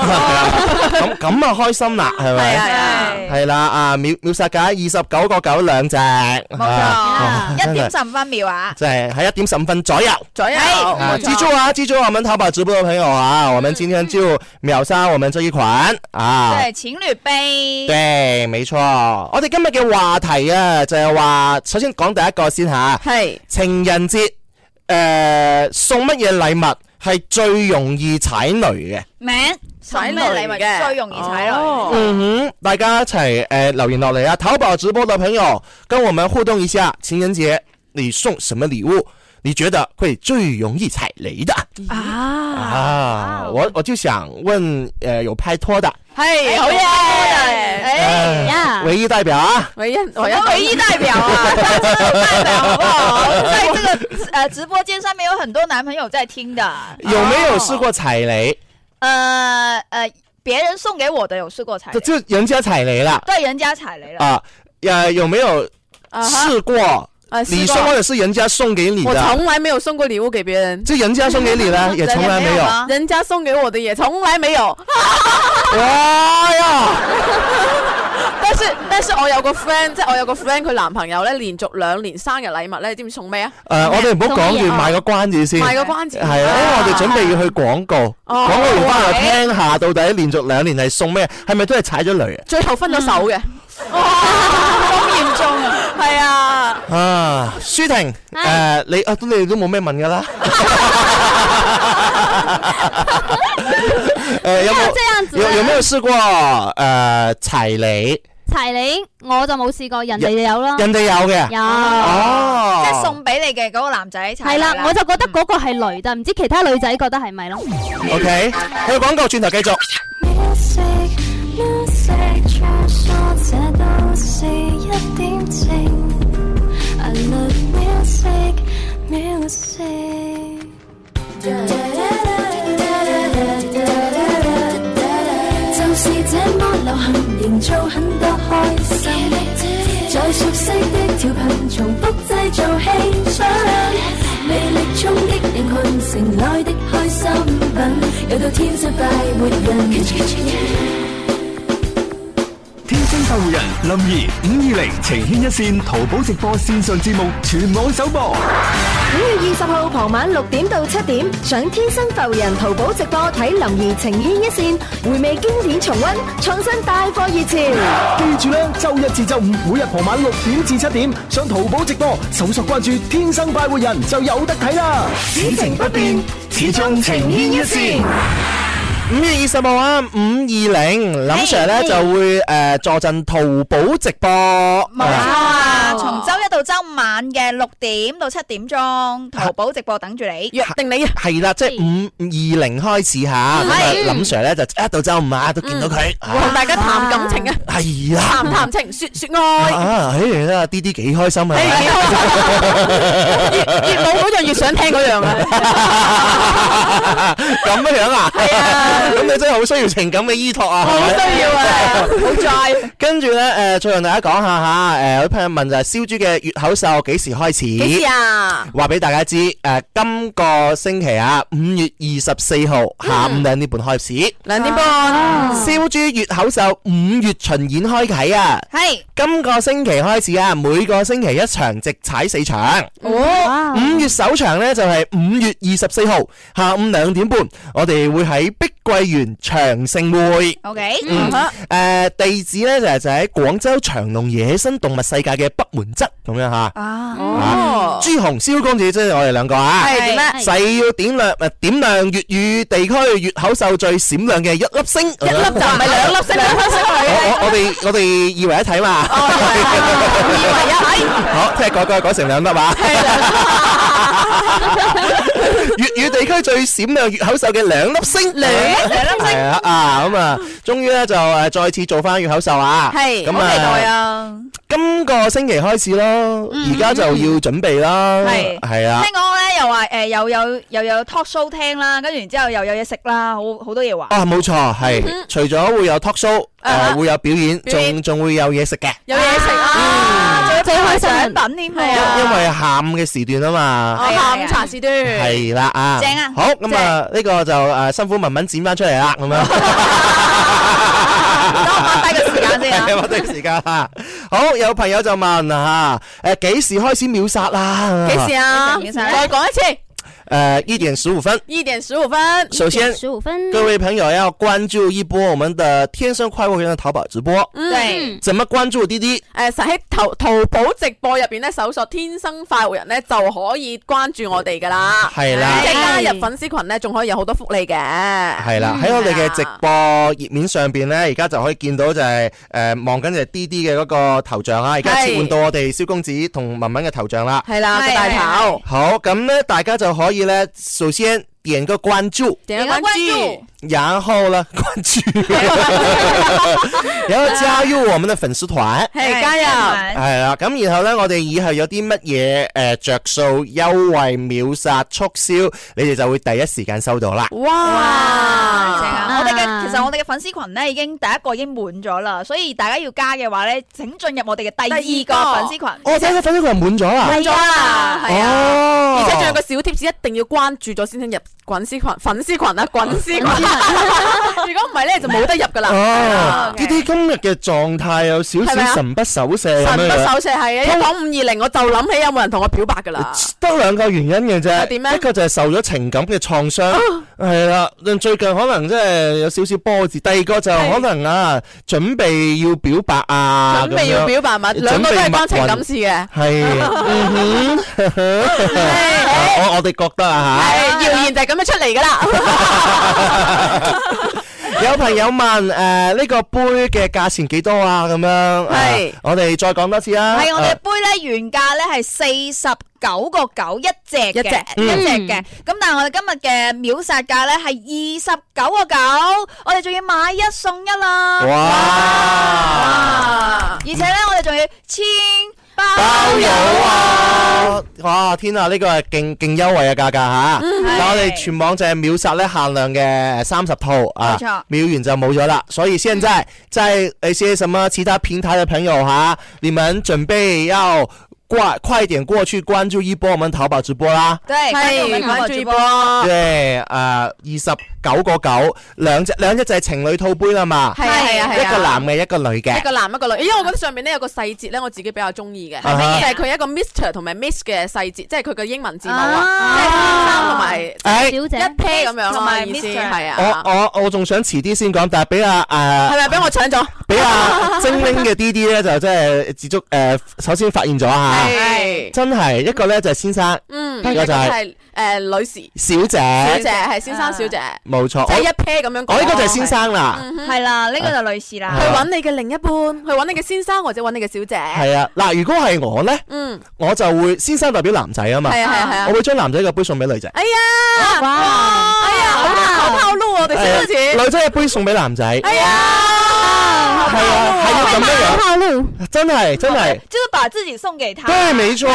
S3: 咁咁啊，開心啦，係
S5: 係
S3: 咪？
S5: 啊，
S3: 係啦，啊秒秒殺價二十九個九兩隻，冇
S4: 冇錯，
S3: 真
S4: 一點
S3: 係
S4: 十五分秒啊！
S3: 即係喺一點十五分左右。
S5: 左右
S3: 啊，
S5: 哎冇
S3: 记
S5: 錯
S3: 住啊，记住我们淘宝直播的朋友啊，我们今天就秒杀我们这一款啊。
S4: 对，情侣杯。
S3: 對，冇錯。我哋今日嘅話題啊，就係話，首先講第一個先吓，
S5: 係
S3: 情人節诶、呃送乜嘢禮物係最容易踩雷嘅？
S4: 名
S5: 踩
S4: 踩
S5: 雷
S4: 咩
S5: 嘅
S4: 禮物最容易踩雷？
S5: 哦
S3: 嗯哼，大家一齊诶、呃留言落嚟啊！淘寶直播的朋友，跟我們互動一下，情人節你送什麼禮物？你覺得會最容易踩雷的？
S4: À.
S5: 啊，
S3: 啊，我我就想問，呃，有拍拖的，
S5: 係好嘢。
S3: 哎
S2: 呀
S3: 唯一代表啊，
S5: 唯一唯一
S4: 我唯一代 表啊，大家真的很 代表好不好？在这个呃直播间上面有很多男朋友在听的，
S3: 有没有试过踩雷？
S4: 呃呃，别人送给我的有试过踩
S3: 就
S4: 雷，
S3: 就人家踩雷了
S4: 对人家踩雷了。
S3: 啊，呃，有没有
S5: 啊哈
S3: 试过
S5: 啊
S3: 你
S5: 试
S3: 送
S5: 过
S3: 或者是人家送给你
S5: 我
S3: 的？
S5: 从来没有送过礼物给别人，
S3: 这人家送给你的也从来没有。
S4: 啊
S5: 人家送给我的也从来没有。
S3: 哇呀，
S5: 但是但是我有個 friend，即係我有個 friend，佢男朋友咧連續兩年生日禮物咧，知唔知送咩啊？
S4: 嗯
S3: 呃，我哋唔好講
S2: 送
S3: 住
S2: 嘢啊
S3: 賣個關子先。
S5: 賣個關子
S3: 係啊，因為我哋準備要去廣告，廣
S5: 哦
S3: 告完翻
S5: 好啊
S3: 嚟聽下到底連續兩年係送咩，係咪都係踩咗雷啊？
S5: 最後分咗手嘅，
S4: 嗯哦好嚴重啊！
S5: 係啊，
S3: 啊，舒婷，
S2: 係
S3: 诶，你啊，你哋都冇咩問噶啦。 诶，呃有冇
S2: 這樣子啊
S3: 有有没有試過诶踩雷？
S2: 齊你我就冇試過，人哋就有啦，
S3: 人哋有嘅，
S2: 有。
S3: 哦，
S4: 即係送俾你嘅嗰個男仔踩
S2: 係
S4: 雷嗯
S2: 啦，我就覺得
S3: 嗯
S2: 嗰個係雷，但唔知其他女仔覺得係咪咯？
S3: OK，去廣告轉頭繼續。
S7: Music music 穿梭，這都是一點情。I love music music。就是這麼流行，營造很多開心。在熟悉的調頻，重複製造氣氛，魅力衝擊人群，城內的開心品，有到天生快活人。
S1: 天生快活人林怡五二零情牵一线淘宝直播线上节目全网首播，
S2: 五月二十號傍晚六點到七點，上天生浮人淘寶直播睇林怡情牽一線，回味經典重温，創新帶貨熱潮。
S1: 记住啦，周一至周五每日傍晚六点至七点上淘寶直播，搜索關注天生快活人就有得睇啦。此情不變，始終情牵一線。
S3: 五月二十號啊，五二零，林 Sir 咧就會诶坐鎮淘寶直播。
S4: 冇錯啊！從周一到周五晚嘅六點到七點鐘，淘寶直播等住你。
S5: 約定你啊，
S3: 係啦，即係五二零開始吓，咁啊林 Sir 咧就一到周五啊都見到佢。
S5: 同大家談感情啊，
S3: 係啦。
S5: 談談情，說說愛，
S3: 啊，唉，啦，D D 幾開心啊！
S5: 哎，幾好啊！越越冇嗰樣越想聽嗰樣啊，
S3: 咁樣啊？
S5: 係啊
S3: 咁你真係好需要情感嘅依托啊！
S5: 好
S3: 係咪
S5: 需要啊，好在
S3: 跟住咧，誒，再同大家講下嚇，誒，有啲朋友問就係燒豬嘅月口秀幾時開
S5: 幾
S3: 始
S5: 時？啊？
S3: 話俾大家知，誒，今個星期啊，五月二十四號下
S5: 嗯
S3: 午兩點半開始，
S5: 兩點半，
S3: 燒豬月口秀五月巡演開啟啊！
S4: 係
S3: 今個星期開始啊，每個星期一場，直踩四場。
S5: 哦，
S3: 五月首場呢，就係五月二十四號下午兩兩點半，我哋會喺碧桂園長盛會。
S4: OK，
S3: 嗯，誒、地址咧就係就喺廣州長隆野生動物世界嘅北門側咁樣嚇。
S4: 啊，
S5: 哦，
S3: 朱紅、蕭公子即係我哋兩個啊。
S5: 係點咧？
S9: 係
S3: 誓要點亮誒點亮粵語地區粵口秀最閃亮嘅一粒星。
S5: 一粒就唔係兩粒星，兩粒星
S3: 我
S5: 嚟嘅。
S3: 我我哋我哋以為一體嘛。
S5: 哦，以為啊以為一係。
S3: 好，即係改改改成兩粒啊！粵語地區最閃亮粵口秀嘅兩粒星，兩兩粒星啊！啊咁啊，終於咧就誒再次做翻粵口秀啊！
S5: 係
S3: 咁
S5: 好期待
S3: 啊，
S4: 啊，
S3: 今個星期開始咯，而家就要準備啦，
S4: 係
S3: 係啊
S4: 聽。講咧又話誒又有又有 talk show 聽啦，跟住然之後又有嘢食啦，好好多嘢玩。
S3: 啊，冇錯，係除咗會有 talk show，
S5: 啊
S3: 誒會有表演，
S5: 表
S3: 仲
S5: 演
S3: 仲會有嘢食嘅，
S5: 有嘢食啊！
S4: 啊
S9: 最開心
S4: 獎品添
S5: 係啊
S4: 喎，
S3: 因為下午嘅時段啊嘛。
S5: 哦，下午茶時段。
S3: 系啦啊，
S4: 正啊
S3: 好咁啊，呢個就诶辛苦文文剪翻出嚟啦，咁樣。
S4: 等我抹低個時間先啊
S3: 係我哋時 間啦。好，有朋友就問啊，诶幾時開始秒殺啦？
S5: 幾時？啊？再講一次，
S3: 诶，一點十五分。
S5: 一點十五分。
S3: 首先，
S9: 十五分，
S3: 各位朋友要關注一波我們的天生快活人的淘寶直播。
S9: 嗯
S4: 對，
S3: 怎麼關注滴滴？
S5: 誒，實喺淘淘寶直播入邊咧，搜索天生快活人咧，就可以關注我哋噶啦。
S3: 係啦
S5: 而且加入粉絲群咧，仲可以有好多福利嘅。係
S9: 哎
S3: 係啦，喺我哋嘅直播頁面上邊咧，而家就可以見到就係誒望緊就係 D D 嘅嗰個頭像啊啦，而家切換到我哋蕭公子同文文嘅頭像啦。
S5: 係啦，個
S4: 係
S5: 大
S4: 係
S5: 頭
S3: 好，咁咧大家就可以咧，首先點個關注，
S5: 點
S4: 點
S5: 樣
S4: 樣關
S5: 關
S4: 注
S3: 然後呢關 注，然後加入我們的粉絲團。
S5: 注？係加入。
S3: 係啦，咁然後呢，我哋以後有啲乜嘢誒着數優惠秒殺促銷，你哋就會第一時間收到
S5: 嗯
S3: 啦。
S4: 哇，啊正啊！
S9: 啊
S4: 我哋嘅其實我哋嘅粉絲群咧已經第一個已經滿咗啦，所以大家要加嘅話咧，請進入我哋嘅第
S5: 第
S4: 二
S5: 二
S4: 個
S5: 個
S4: 粉絲群。
S3: 我哦睇到粉絲群滿咗啦，
S5: 咗啦，係啊。
S3: 哦
S5: 而且仲有個小貼士，一定要關注咗先入滾絲群、粉絲群啊、滾絲群。如果唔係咧，就冇得入噶啦。啊
S3: 哦，
S4: OK
S3: 呢啲今日嘅狀態有少
S5: 係咪
S3: 少
S5: 啊
S3: 神不守舍咁
S5: 神
S3: 樣
S5: 不
S3: 樣。
S5: 守舍係啊！一講五二零，我就諗起有冇人同我表白噶啦。
S3: 得兩個原因嘅啫，
S5: 係點咧啊
S3: 一個就係受咗情感嘅創傷，係啦、最近可能即係有少少波折。第二個就可能啊，準備要表白啊，
S5: 準備要表白嘛，
S3: 準備
S5: 兩個都係
S3: 默
S5: 關情
S3: 運
S5: 感事嘅。
S3: 白，係，嗯哼我我哋覺得啊嚇。
S5: 係謠言就係咁樣出嚟噶啦。
S3: 有朋友問誒呢、個杯嘅價錢幾多啊？咁樣，
S5: 係
S3: 啊我哋再講多次啊。
S4: 係我哋
S3: 啊
S4: 杯咧原價咧係四十九個九一隻嘅，
S5: 一隻
S4: 一隻嘅。咁但係我哋今日嘅秒殺價咧係二十九個九，我哋仲要買一送一啦。
S3: 哇！
S5: 啊
S4: 而且咧我哋仲要千包
S3: 包有啊！哇，天啊，呢個係勁勁優惠嘅價格嚇。
S4: 嗯
S3: 但我哋全網就係秒殺咧限量嘅三十套啊
S4: 冇錯，
S3: 秒完就冇咗啦。所以現在在一些什麼其他平台的朋友哈、你們準備要快快點過去關注一波我們淘寶直播啦。
S4: 對，關注我
S5: 係
S4: 們淘寶
S5: 關注
S4: 直
S5: 主
S4: 播
S5: 播。。係
S3: 對，啊，二十九個九，兩隻兩隻就係情侶套杯啦嘛，
S5: 啊係啊係啊！
S3: 一個男嘅，一個女嘅
S5: 一。個男一個女，因為我覺得上面咧有個細節咧，我自己比較中意嘅，
S3: 啊哈
S5: 就係佢一個 Mr 同埋 Miss 嘅細節，即係佢嘅英文字母啊，即係先生同
S4: 啊
S5: 埋
S3: 哎
S9: 小姐
S5: 一 pair 咁樣
S4: 同
S5: 同
S4: 埋
S5: 埋意思
S4: Mr
S5: 係啊，
S3: 我我我仲想遲啲先講，但係俾阿誒
S5: 係咪俾我搶咗？
S3: 俾阿精靈嘅 D D 咧，就真係自足誒，首先發現咗嚇，
S5: 係，
S3: 真係一個咧就係先生，
S5: 嗯，
S3: 呢
S5: 一
S3: 個
S5: 個
S3: 就
S5: 就
S3: 係
S5: 係誒女士
S3: 小
S5: 小
S3: 姐，
S5: 姐，係先生小姐，
S3: 冇錯。
S5: 即係一嗯
S3: 我
S5: pair 咁樣講。
S3: 我呢個就係先生啦，
S4: 係啦，呢個就類似啦
S5: 去。揾你嘅另一半，去揾你嘅先生或者揾你嘅小姐。
S3: 係啊。嗱，如果係我咧，
S5: 嗯，
S3: 我就會先生代表男仔啊嘛，
S5: 係啊係啊係啊
S3: 我。會將男仔嘅杯送俾女仔，
S5: 哎呀，
S9: 哇，
S5: 哎呀，好好套路啊我哋先開始。
S3: 女仔嘅杯送俾男仔，係
S5: 哎
S3: 啊，
S5: 呀，
S3: 係要咁樣樣，
S9: 套路，
S3: 真係真係。
S4: 就是把自己送給他。
S3: 對，沒錯，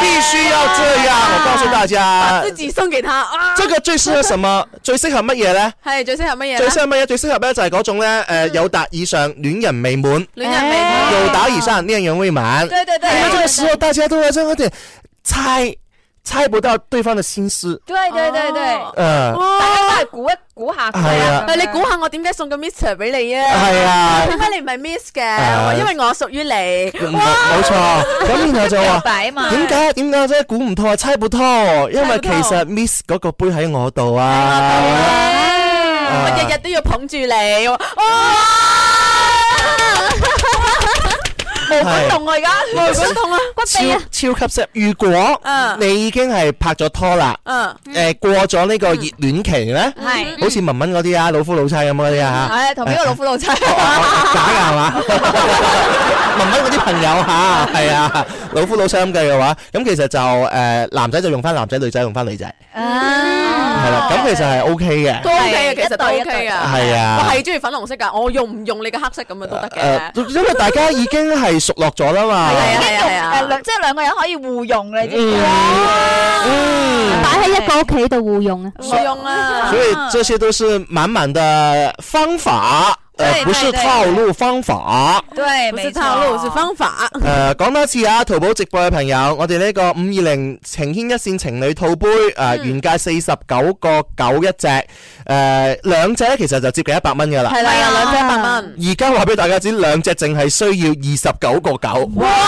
S3: 必須要這樣。我告訴大家，
S5: 自己送給他啊，
S3: 這個最適合什麼？最適合乜嘢呢？
S5: 係最適合乜嘢
S3: 最
S5: 咧
S3: 適？合乜嘢？最適合咧就係嗰種咧，誒有達以上戀人未滿，
S5: 戀人未滿。
S3: 有達以上戀人未滿。
S4: 對對對，
S3: 因為這個時候大家都要這有點猜猜不到对方的心思，
S9: 对对对对，
S3: 嗯、
S9: 大家都係估一估下佢
S3: 係
S9: 啊
S3: 啊。
S5: 但係你估下我點解送個 Mr 俾你啊？
S3: 係啊
S5: 點解你唔係 Miss
S3: 啊
S5: 嘅？因為我屬於你。
S3: 冇冇錯。咁然後就話
S9: 底嘛
S3: 點解點解真係估唔透啊？猜不透，因為其實 Miss 嗰個杯喺我度啊。
S5: 我日日都要捧 住你，哇！
S3: 係
S5: 痛啊我而家，毛管痛啊，骨
S3: 超超級 s 如果
S5: 嗯
S3: 你已經係拍咗拖啦，
S5: 嗯，
S3: 誒過咗呢個熱戀期咧，
S9: 係
S3: 好似文文嗰啲啊，老夫老妻咁嗰啲嗯啊，哦
S9: 係同邊個老夫老妻？
S3: À. 假㗎係嘛？ 文文嗰啲朋友嚇，係啊，老夫老妻咁計嘅話，咁其實就誒男仔就用翻男仔，女仔用翻女仔，
S4: Ờ.
S3: 係啦，咁其實係 O K 嘅
S5: 都，OK 嘅，
S9: 係
S5: 其實都
S9: 一對一
S5: OK 噶。
S3: 係啊
S5: 我係中意粉紅色㗎，我用唔用你嘅黑色咁啊都得嘅。
S3: 誒，因為大家已經係熟絡咗啦嘛，
S5: 係
S4: à,
S5: 啊係啊
S4: 誒兩即係兩個人可以互用嘅，你知唔知
S3: 嗯，
S10: 擺喺一個屋企度互用啊！
S5: 我用啊
S4: à.
S3: 所，以這些都是滿滿的方法，呃，
S4: 對
S3: 不是
S4: 對對
S3: 套路方法。
S4: 對，
S5: 不
S4: 沒
S5: 是套路，
S4: 錯
S5: 是方法。
S3: 誒、講多次啊，淘寶直播嘅朋友，我哋呢個五二零情牽一線情侶套杯，誒、
S5: 嗯
S3: 原價四十九個九一隻，誒、兩隻咧其實就接近一百蚊噶啦。
S5: 係啦，啊兩千一百蚊。
S3: 而家話俾大家知，兩隻淨係需要二十九個九。
S5: 哇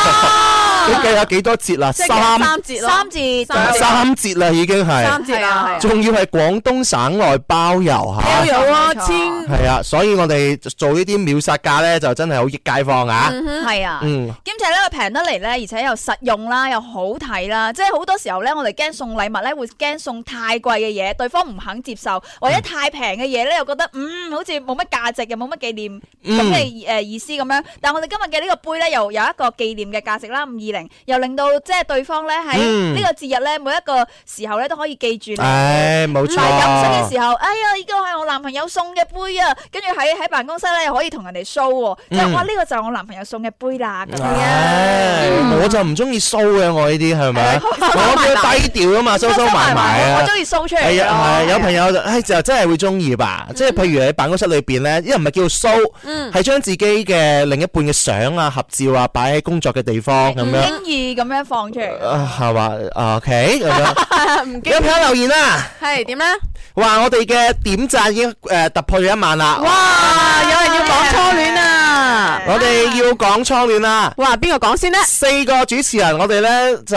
S3: 你計下幾多折啦？
S5: 即係
S3: 三
S5: 三折咯，
S4: 三字
S5: 三折
S3: 三折啦，已經係
S5: 三，折啊，
S3: 仲要係廣東省內包郵嚇。
S5: 都有啊，
S4: 冇
S5: 千
S4: 錯
S3: 係啊，所以我哋做呢啲秒殺價咧，就真係好益街坊啊！
S4: 係啊。
S3: 嗯，
S4: 兼且咧佢平得嚟咧，而且又實用啦，又好睇啦。即係好多時候咧，我哋驚送禮物咧，會驚送太貴嘅嘢，對方唔肯接受，或
S3: 嗯
S4: 者太平嘅嘢咧，又覺得嗯好似冇乜價值，又冇乜紀念
S3: 嗯
S4: 咁嘅誒意思咁樣。但係我哋今日嘅呢個杯咧，又有一個紀念嘅價值啦，五二零又令到即係對方咧喺
S3: 嗯
S4: 呢個節日咧，每一個時候咧都可以記住你。
S3: 唉，冇錯。
S4: 但係飲水嘅時候，哎呀，呢個係我男朋友送嘅杯啊！跟住喺喺辦公室咧，又可以同人哋 show 喎，即係
S3: 嗯
S4: 哇呢個就係我男朋友送嘅杯啦咁樣。
S3: 唉，
S4: 嗯
S3: 我就唔中意 show 嘅，我呢啲係咪？
S4: 啊
S3: 我比較低調啊嘛，收收埋埋
S4: 我
S3: 啊。
S4: 中意哦 show 出嚟
S3: 係啊，係啊
S4: 咯。
S3: 有朋友就，唉，就真係會中意吧。
S4: 嗯
S3: 即係譬如喺辦公室裏邊咧，因為唔係叫 show，係將自己嘅另一半嘅相啊、合照啊擺喺工作嘅地方咁樣，
S4: 唔經意咁樣放出嚟，
S3: 啊係嘛啊？OK 咁樣。
S5: 唔
S3: 有
S5: 驚
S3: 朋友留言啊啦，
S5: 係點咧？
S3: 話我哋嘅點讚已經誒突破咗一萬啦。
S5: 哇！有人要講初戀啊！
S3: 我哋要講初戀啦，
S5: 哇！邊個講先咧？
S3: 四個主持人，我哋咧就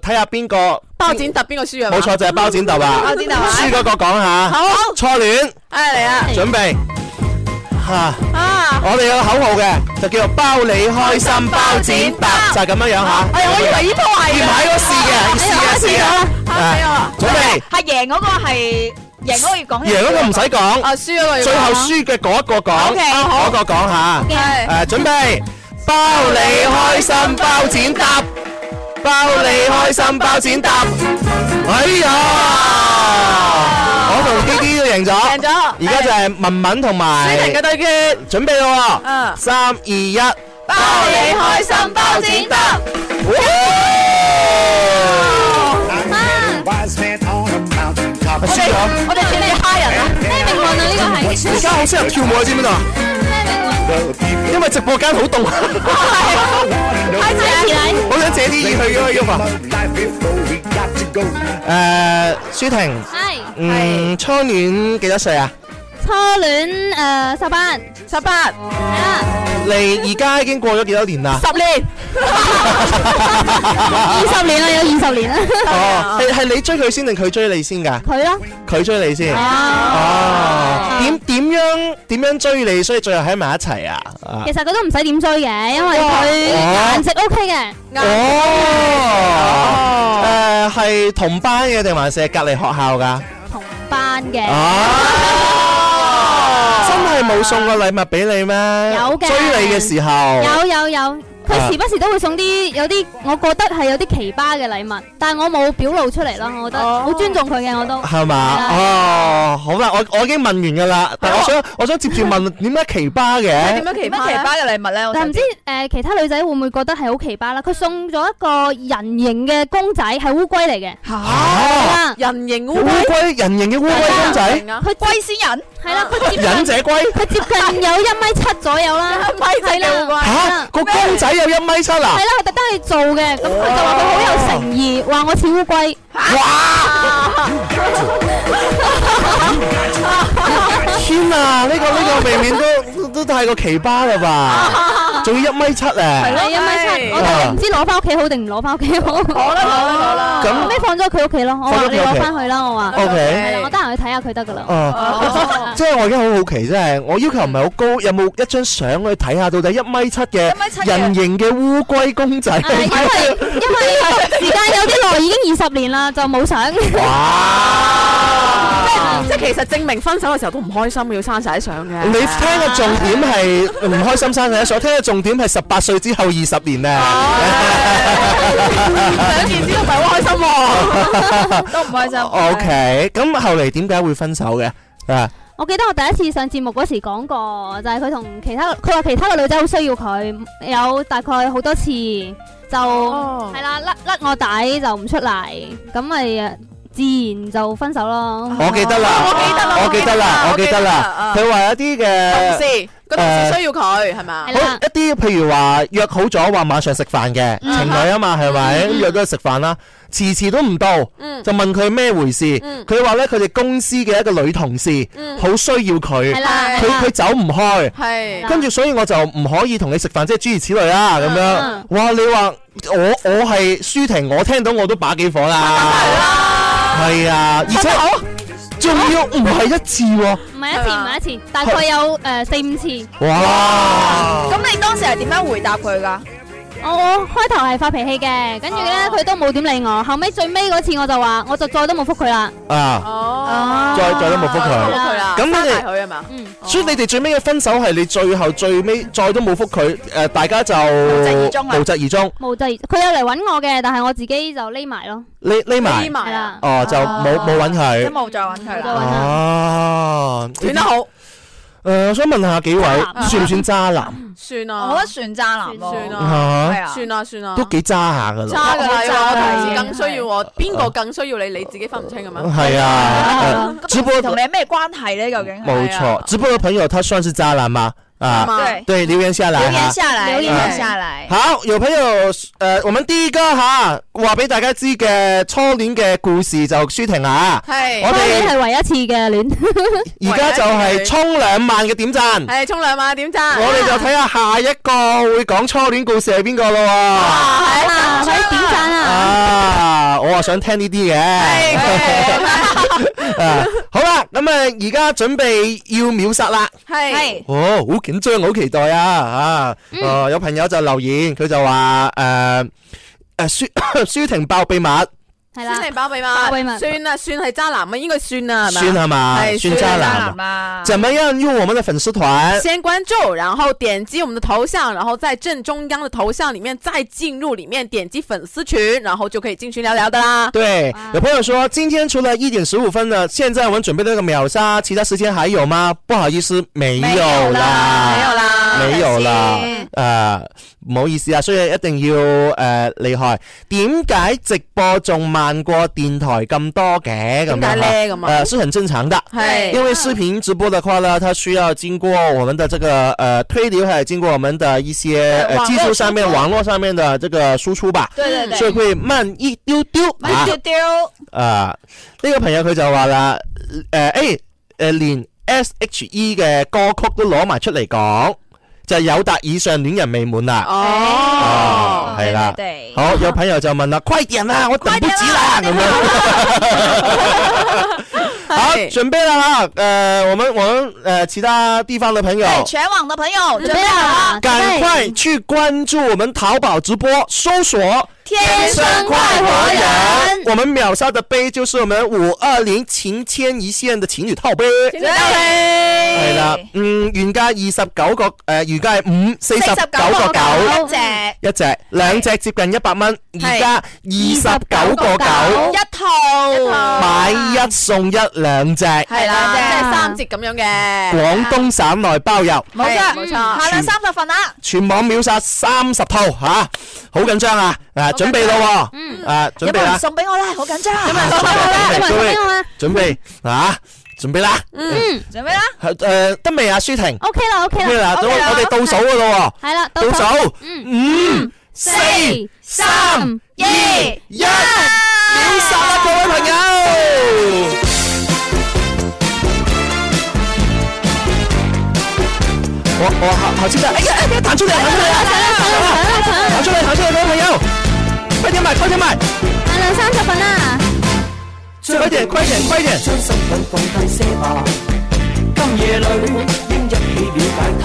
S3: 睇下邊個，
S5: 包剪揼邊個輸啊？
S3: 冇錯就係包剪揼啦，
S4: 包剪揼啊
S3: 輸嗰個講下，
S5: 好
S3: 初戀，
S5: 哎嚟啊！
S3: 準備吓，
S5: 啊！
S3: 我哋有個口號嘅，就叫做包你開心包剪揼，就係咁樣樣吓，
S5: 哎呀，我以為呢鋪係
S3: 要
S5: 啊
S3: 買嗰個試嘅，試嘅試嘅，
S5: 嚇死我哎啦！
S3: 準備
S4: 係贏嗰個係贏嗰個要講
S3: 贏嗰個唔使講，
S5: 啊，輸咗個要
S3: 最後輸嘅嗰一個講，
S5: OK，
S3: 嗰
S5: 好
S3: 個講下。
S5: 係
S3: 诶，准备包你開心包剪揼，包你開心包剪揼。哎呀，我同 K K 都贏咗，
S5: 贏咗
S3: 而家就係文文同埋
S5: 朱婷嘅哎對決。
S3: 準備咯
S5: 嗯
S3: 喎，三二一，包
S5: 你開心包剪揼。
S3: 我輸咗，
S5: 我哋似你蝦人啊！
S10: 咩命運啊？呢個係
S3: 而家好適合跳舞，你知唔知 道？因為直播間好凍，
S5: 係
S10: 嚟，
S3: 好想借啲嘢去嘅喐啊！誒，呃舒婷，
S10: 係
S3: 嗯，初戀幾多歲啊？
S10: 初戀誒十八，
S5: 十八
S10: 啊
S3: 你而家已經過咗幾多年啦？
S5: 十年，
S10: 二十年啦，有二十年啦，
S3: 哦，係係你追佢先定佢追你先㗎？
S10: 啊佢啊啦，
S3: 佢追你先。哦，點點樣點樣追你，所以最後喺埋一齊啊？啊
S10: 其實佢都唔使點追嘅，因為
S3: 哇
S10: 佢顏值 OK 嘅，
S3: 哦哦，誒係同班嘅定還是係隔離學校㗎？
S10: 同班嘅，
S3: 哦，真係冇送過禮物俾你咩？
S10: 有嘅
S3: 追你嘅時候。
S10: 有有有，
S3: 啊
S10: 佢時不時都會送啲有啲，我覺得係有啲奇葩嘅禮物，但係我冇表露出嚟咯，我覺得好尊重佢嘅，我都
S3: 係嘛？
S10: 係
S3: 哦，好啦，我我已經問完㗎啦，但我
S10: 哦
S3: 想我想接住 問點解奇葩嘅
S5: 點？樣奇
S4: 乜
S5: 葩
S4: 奇
S5: 咧？
S4: 葩嘅禮物咧？我
S10: 但唔知誒其他女仔會唔會覺得係好奇葩啦？佢送咗一個人形嘅公仔，係烏龜嚟嘅，係
S3: 啊，
S10: 哦啦，
S5: 人形烏
S3: 烏
S5: 龜
S3: 龜人形嘅烏龜公仔，
S5: 啊！
S10: 佢
S4: 龜仙人
S10: 係啦，佢接
S3: 忍
S10: 近
S3: 者龜
S10: 佢接近有一米七左右啦，
S5: 一米七嘅烏龜
S3: 啊
S10: 係啦，
S3: 吓個公仔有一米七啊？
S10: 係啦，係特登去做嘅，咁佢就話佢好有誠意，話我似烏龜。
S3: 天啊！呢、個呢、個未免都都太過奇葩啦
S10: 啊
S3: 吧？仲要一米七
S10: 係
S3: 啊！
S10: 一米七，我就唔知攞翻屋企好定唔攞翻屋企好。我
S5: 啦攞啦攞啦
S3: 咁
S10: 後尾放咗佢屋企咯，我話
S3: 放咗佢屋企
S10: 你攞翻去啦，我話。
S3: OK
S10: 係啦我得閒去睇下佢得噶啦。
S3: 哦，即係我而家好好奇，真係我要求唔係好高，有冇一張相去睇下到底一米七嘅
S4: 1.7嘅
S3: 人形嘅烏龜公 仔？
S10: 啊因為因為時間有啲耐，已經二十年啦，就冇 相。
S3: 哇！
S5: 即係其實證明分手嘅時候都唔開心，要生晒相嘅。
S3: 你聽嘅重點係唔開心生仔，所聽嘅重點係十八歲之後二十年 啊！
S5: 兩件事都唔係好開心喎。
S4: 都唔開心。
S3: O K，咁後嚟點解會分手嘅？啊，
S10: 我記得我第一次上節目嗰時講過，就係佢同其他，佢話其他嘅女仔好需要佢，有大概好多次就
S5: 哦
S10: 係啦，甩甩我底就唔出嚟，咁咪自然就分手咯。
S3: 我記得啦，哦我記得啦，啊我記得啦，佢話有啲
S5: 同
S3: 嘅。
S5: 事個同事需要佢係嘛
S10: 係？
S3: 好
S10: 啦嗯
S3: 一啲譬如話約好咗話晚上食飯嘅情侶啊嘛，係咪約咗佢食飯啦？遲遲都唔到，
S10: 嗯
S3: 就問佢咩回事？佢話咧佢哋公司嘅一個女同事好需要佢，
S10: 嗯係啦，
S3: 佢
S10: 係啦
S3: 佢走唔開。
S5: 係
S3: 跟住所以我就唔可以同你食飯，即係諸如此類啦
S10: 嗯
S3: 咁樣。哇！你話我我係舒婷，我聽到我都把幾火啦，係啊，而且仲要唔係一次喎，
S10: 唔係一次，唔係一次，大概 有誒四五次。
S3: 哇！
S4: 咁你當時係點樣回答佢㗎？
S10: 我我開頭係發脾氣嘅，跟住
S3: 哦
S10: 咧佢都冇點理我，後尾最尾嗰次我就話我就再都冇覆佢啦。
S3: 啊，
S5: 哦，
S3: 再再都冇覆
S5: 冇
S3: 佢，
S5: 佢啦，
S3: 咁你哋
S5: 生埋佢係嘛？
S10: 嗯，
S3: 所以你哋最尾嘅分手係你最後最尾再都冇覆佢，誒大家就
S4: 疾而終啊
S3: 無疾而終，
S10: 冇就佢有嚟揾我嘅，但係我自己就匿埋咯，
S3: 匿匿埋
S5: 匿
S10: 係
S5: 埋
S10: 啦
S5: 啊，。
S3: 哦就冇冇揾
S4: 即
S3: 佢，
S4: 冇再揾佢
S10: 冇再
S4: 啦。
S10: 揾
S3: 哦，
S5: 斷得好，
S3: 呃誒，我想問下幾位算唔算渣男？
S5: 算
S4: 我覺
S5: 啦
S4: 得，算渣男喎，
S5: 啊算啦
S3: 啊
S4: 係啊，
S5: 算啦，算啦，
S3: 都幾渣下噶啦。
S5: 差㗎啦，因為
S4: 好渣啊
S5: 我同事更需要我，邊個更需要你？你自己分唔清咁樣。
S3: 係啊，
S4: 咁
S3: 只不過
S4: 同你有咩關係咧？究竟係
S3: 冇錯，只不過朋友他算是渣男嘛
S5: 係
S3: 啊，
S5: 嘛
S4: 對
S3: 对，留言下
S4: 留
S3: 來
S4: 言
S3: 哈。
S4: 下來，
S10: 留
S4: 留
S10: 言
S4: 言下來。
S3: 好，有朋友誒，我們第一個嚇話俾大家知嘅初戀嘅故事就舒婷啊，
S5: 係
S3: 我
S10: 當然
S3: 哋
S10: 係唯一一次嘅戀，
S3: 而家就係衝兩萬嘅點贊，
S5: 係沖涼啊？點贊？
S3: 我哋就睇下下一個會講初戀故事係邊個咯喎。
S5: 係
S10: 啊，快啲點讚啊！
S3: 啊，我啊想聽呢啲嘅。 啊，好啦，咁啊，而家準備要秒殺啦。
S5: 係
S4: 係
S3: 哦，好緊張，好期待啊！啊，
S5: 嗯
S3: 哦，有朋友就留言，佢就話誒誒舒 舒婷爆秘密，
S10: 係
S5: 先
S10: 啦
S5: 嚟，包秘
S10: 包秘密
S5: 密，算啦，算係渣男啊，應該算啦，係咪？
S3: 算係嘛？算
S5: 係算
S3: 渣
S5: 係渣啊
S3: 男
S4: 男
S3: 嘛。
S4: 啦，
S3: 怎麼樣用我們的粉絲團？
S5: 先关注，然后点击我们的头像，然后在正中央的头像里面再进入里面点击粉丝群，然后就可以进群聊聊的 啦。
S3: 对
S10: 哇，
S3: 有朋友说今天除了一点十五分呢，現在我們準備那個秒殺，其他時間還有嗎？不好意思，沒
S4: 沒有
S3: 有啦，
S5: 没有啦，
S3: 没有啦
S4: 嗯，
S3: 誒唔好意思啊，所以一定要誒厲害。點解直播仲慢過電台咁多嘅？咁
S5: 點解
S3: 樣
S5: 咧咁啊
S3: 誒是很正常的。
S5: 系
S3: 因为视频直播的话呢，它需要经过我们的这个呃推流，还有经过我们的一些呃技术上面、网络上面的这个输出吧，
S4: 對對對
S3: 所以会慢一丢丢啊
S4: 咪。丟丟，
S3: 啊，呢個朋友佢就話啦，诶、誒诶、連 S.H.E 嘅歌曲都攞埋出嚟講，就係有達以上戀人未滿啦。
S5: 哦，
S3: 係啦
S4: 對對對
S3: 好，有朋友就問啦，快啲啊啦，我等不及啦，咁啊樣。 好，
S5: 係
S3: 準備啦，誒、我們我們呃其他地方的朋友
S4: 對，全網的朋友準
S10: 準
S4: 備
S10: 備
S4: 好
S10: 好
S4: 啦
S10: 啦，
S3: 趕啊快去關注我們淘寶直播，搜索。
S4: 天生快活人，
S3: 我们秒杀的杯就是我们五二零情牵一线的情侣套杯。
S4: 對
S3: 系
S4: 係
S3: 啦，嗯，原價二十九個，诶，原價係五四
S4: 四
S3: 十
S4: 十
S3: 九
S4: 九
S3: 個九
S4: 個九一隻，
S3: 一隻，兩隻接近一百蚊，而家二十九個九
S4: 一套，
S3: 買一送一兩隻，
S5: 系啦，
S4: 係啦
S5: 即系三折咁样嘅，
S3: 廣東省內包郵，
S4: 冇
S5: 係
S4: 錯
S5: 冇錯
S4: 下兩三十份啦，
S3: 全網秒殺三十套吓，好緊張啊！啊，準備咯喎，啊，準
S4: 有
S3: 備
S4: 冇
S3: 啦
S4: 人。送俾我咧？好緊張啊，有冇人
S3: 準備
S10: 有冇人送俾
S3: 準備準備
S10: 我啊
S3: 啊！準備啦，
S4: 嗯，做咩啦？
S3: 誒得未啊？舒婷
S10: OK 啦，OK
S3: 咩
S10: 啦
S3: 啦？我我哋倒數噶咯
S10: 係啦，嗯
S3: 喎，倒數嗯五
S10: 四
S3: 三二一，秒殺啦，各位朋友！我我好好期待！哎呀哎呀，彈出嚟，彈出嚟啊！彈出嚟，彈出嚟，各位朋友，快點買，快點買！
S10: 限量三十份啊！
S3: 快點，快點，快點！
S6: 将身份放低些吧。今夜里应一起了解他，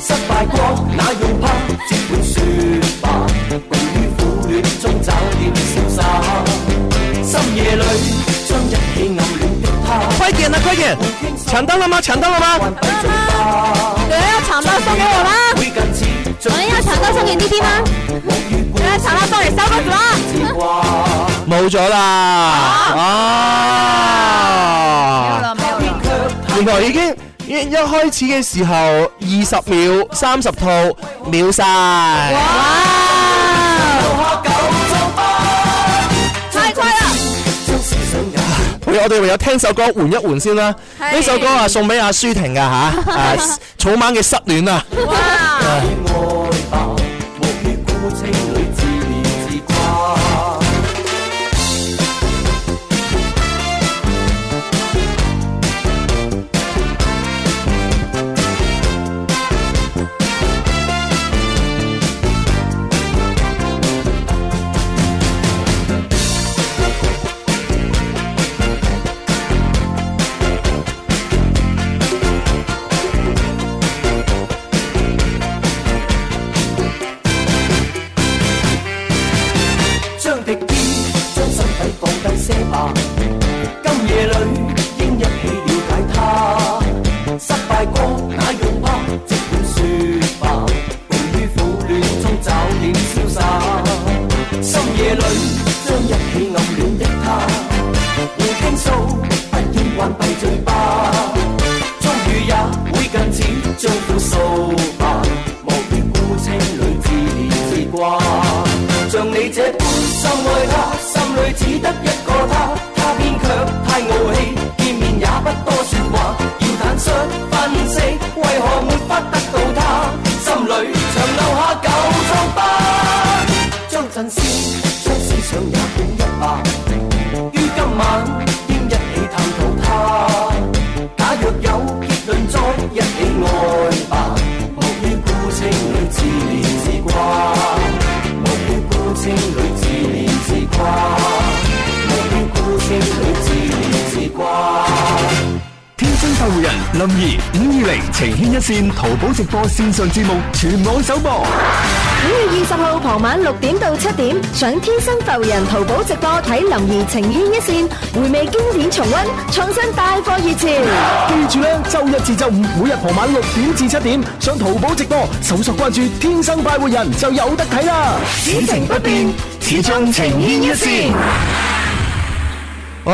S6: 失败过那用怕，只管说吧。共于苦恋中找点瀟洒，深夜里将一起暗恋的他，
S3: 快點啦，快點！搶到了嗎？搶到了嗎？
S5: 有一個橙包送給我吧，
S6: 会更似像
S10: 我们要抢到送给弟弟吗？
S5: 有一個橙包送嚟收工啦。
S6: 花。
S3: 冇咗啦！啊！原來已經一一開始嘅時候，二十秒、三十套秒晒。
S4: 太快啦！
S3: 我我哋唯有聽首歌換一換先啦。呢首歌啊，送俾阿舒婷噶吓，啊草蜢嘅失戀啊。
S6: 将敌意，将身体放低些
S1: à.
S6: 吧。今夜里应一起了解他，失败过那用怕，即管说吧。共于苦恋中找点潇洒，深夜里将一起暗恋的他，要倾诉，不要关闭嘴巴。终于也会近似将苦扫吧，莫怨孤清里自怜自挂。像你這般深愛他，心裏只得一個他，他偏卻太傲氣，見面也不多説話，要坦率分析，為何沒法得到他？心裏長留下舊瘡疤，將陣先，將思想也管一把，於今晚應一起探討他。假若有結論，再一起愛吧。無於孤清裏自憐自掛，無於孤清裏自憐自掛，無於孤清裏自憐自掛。
S1: 天生快活人林怡五二零情牵一线淘宝直播线上节目全网首播。
S2: 五月二十号傍晚六點到七點，上天生浮人淘寶直播睇林怡情牽一線，回味經典重温，創新帶貨熱潮。
S1: 记住咧，周一至周五每日傍晚六点至七点上淘寶直播，搜索關注《天生快活人》就有得睇啦。此情不變，始終情牽一線。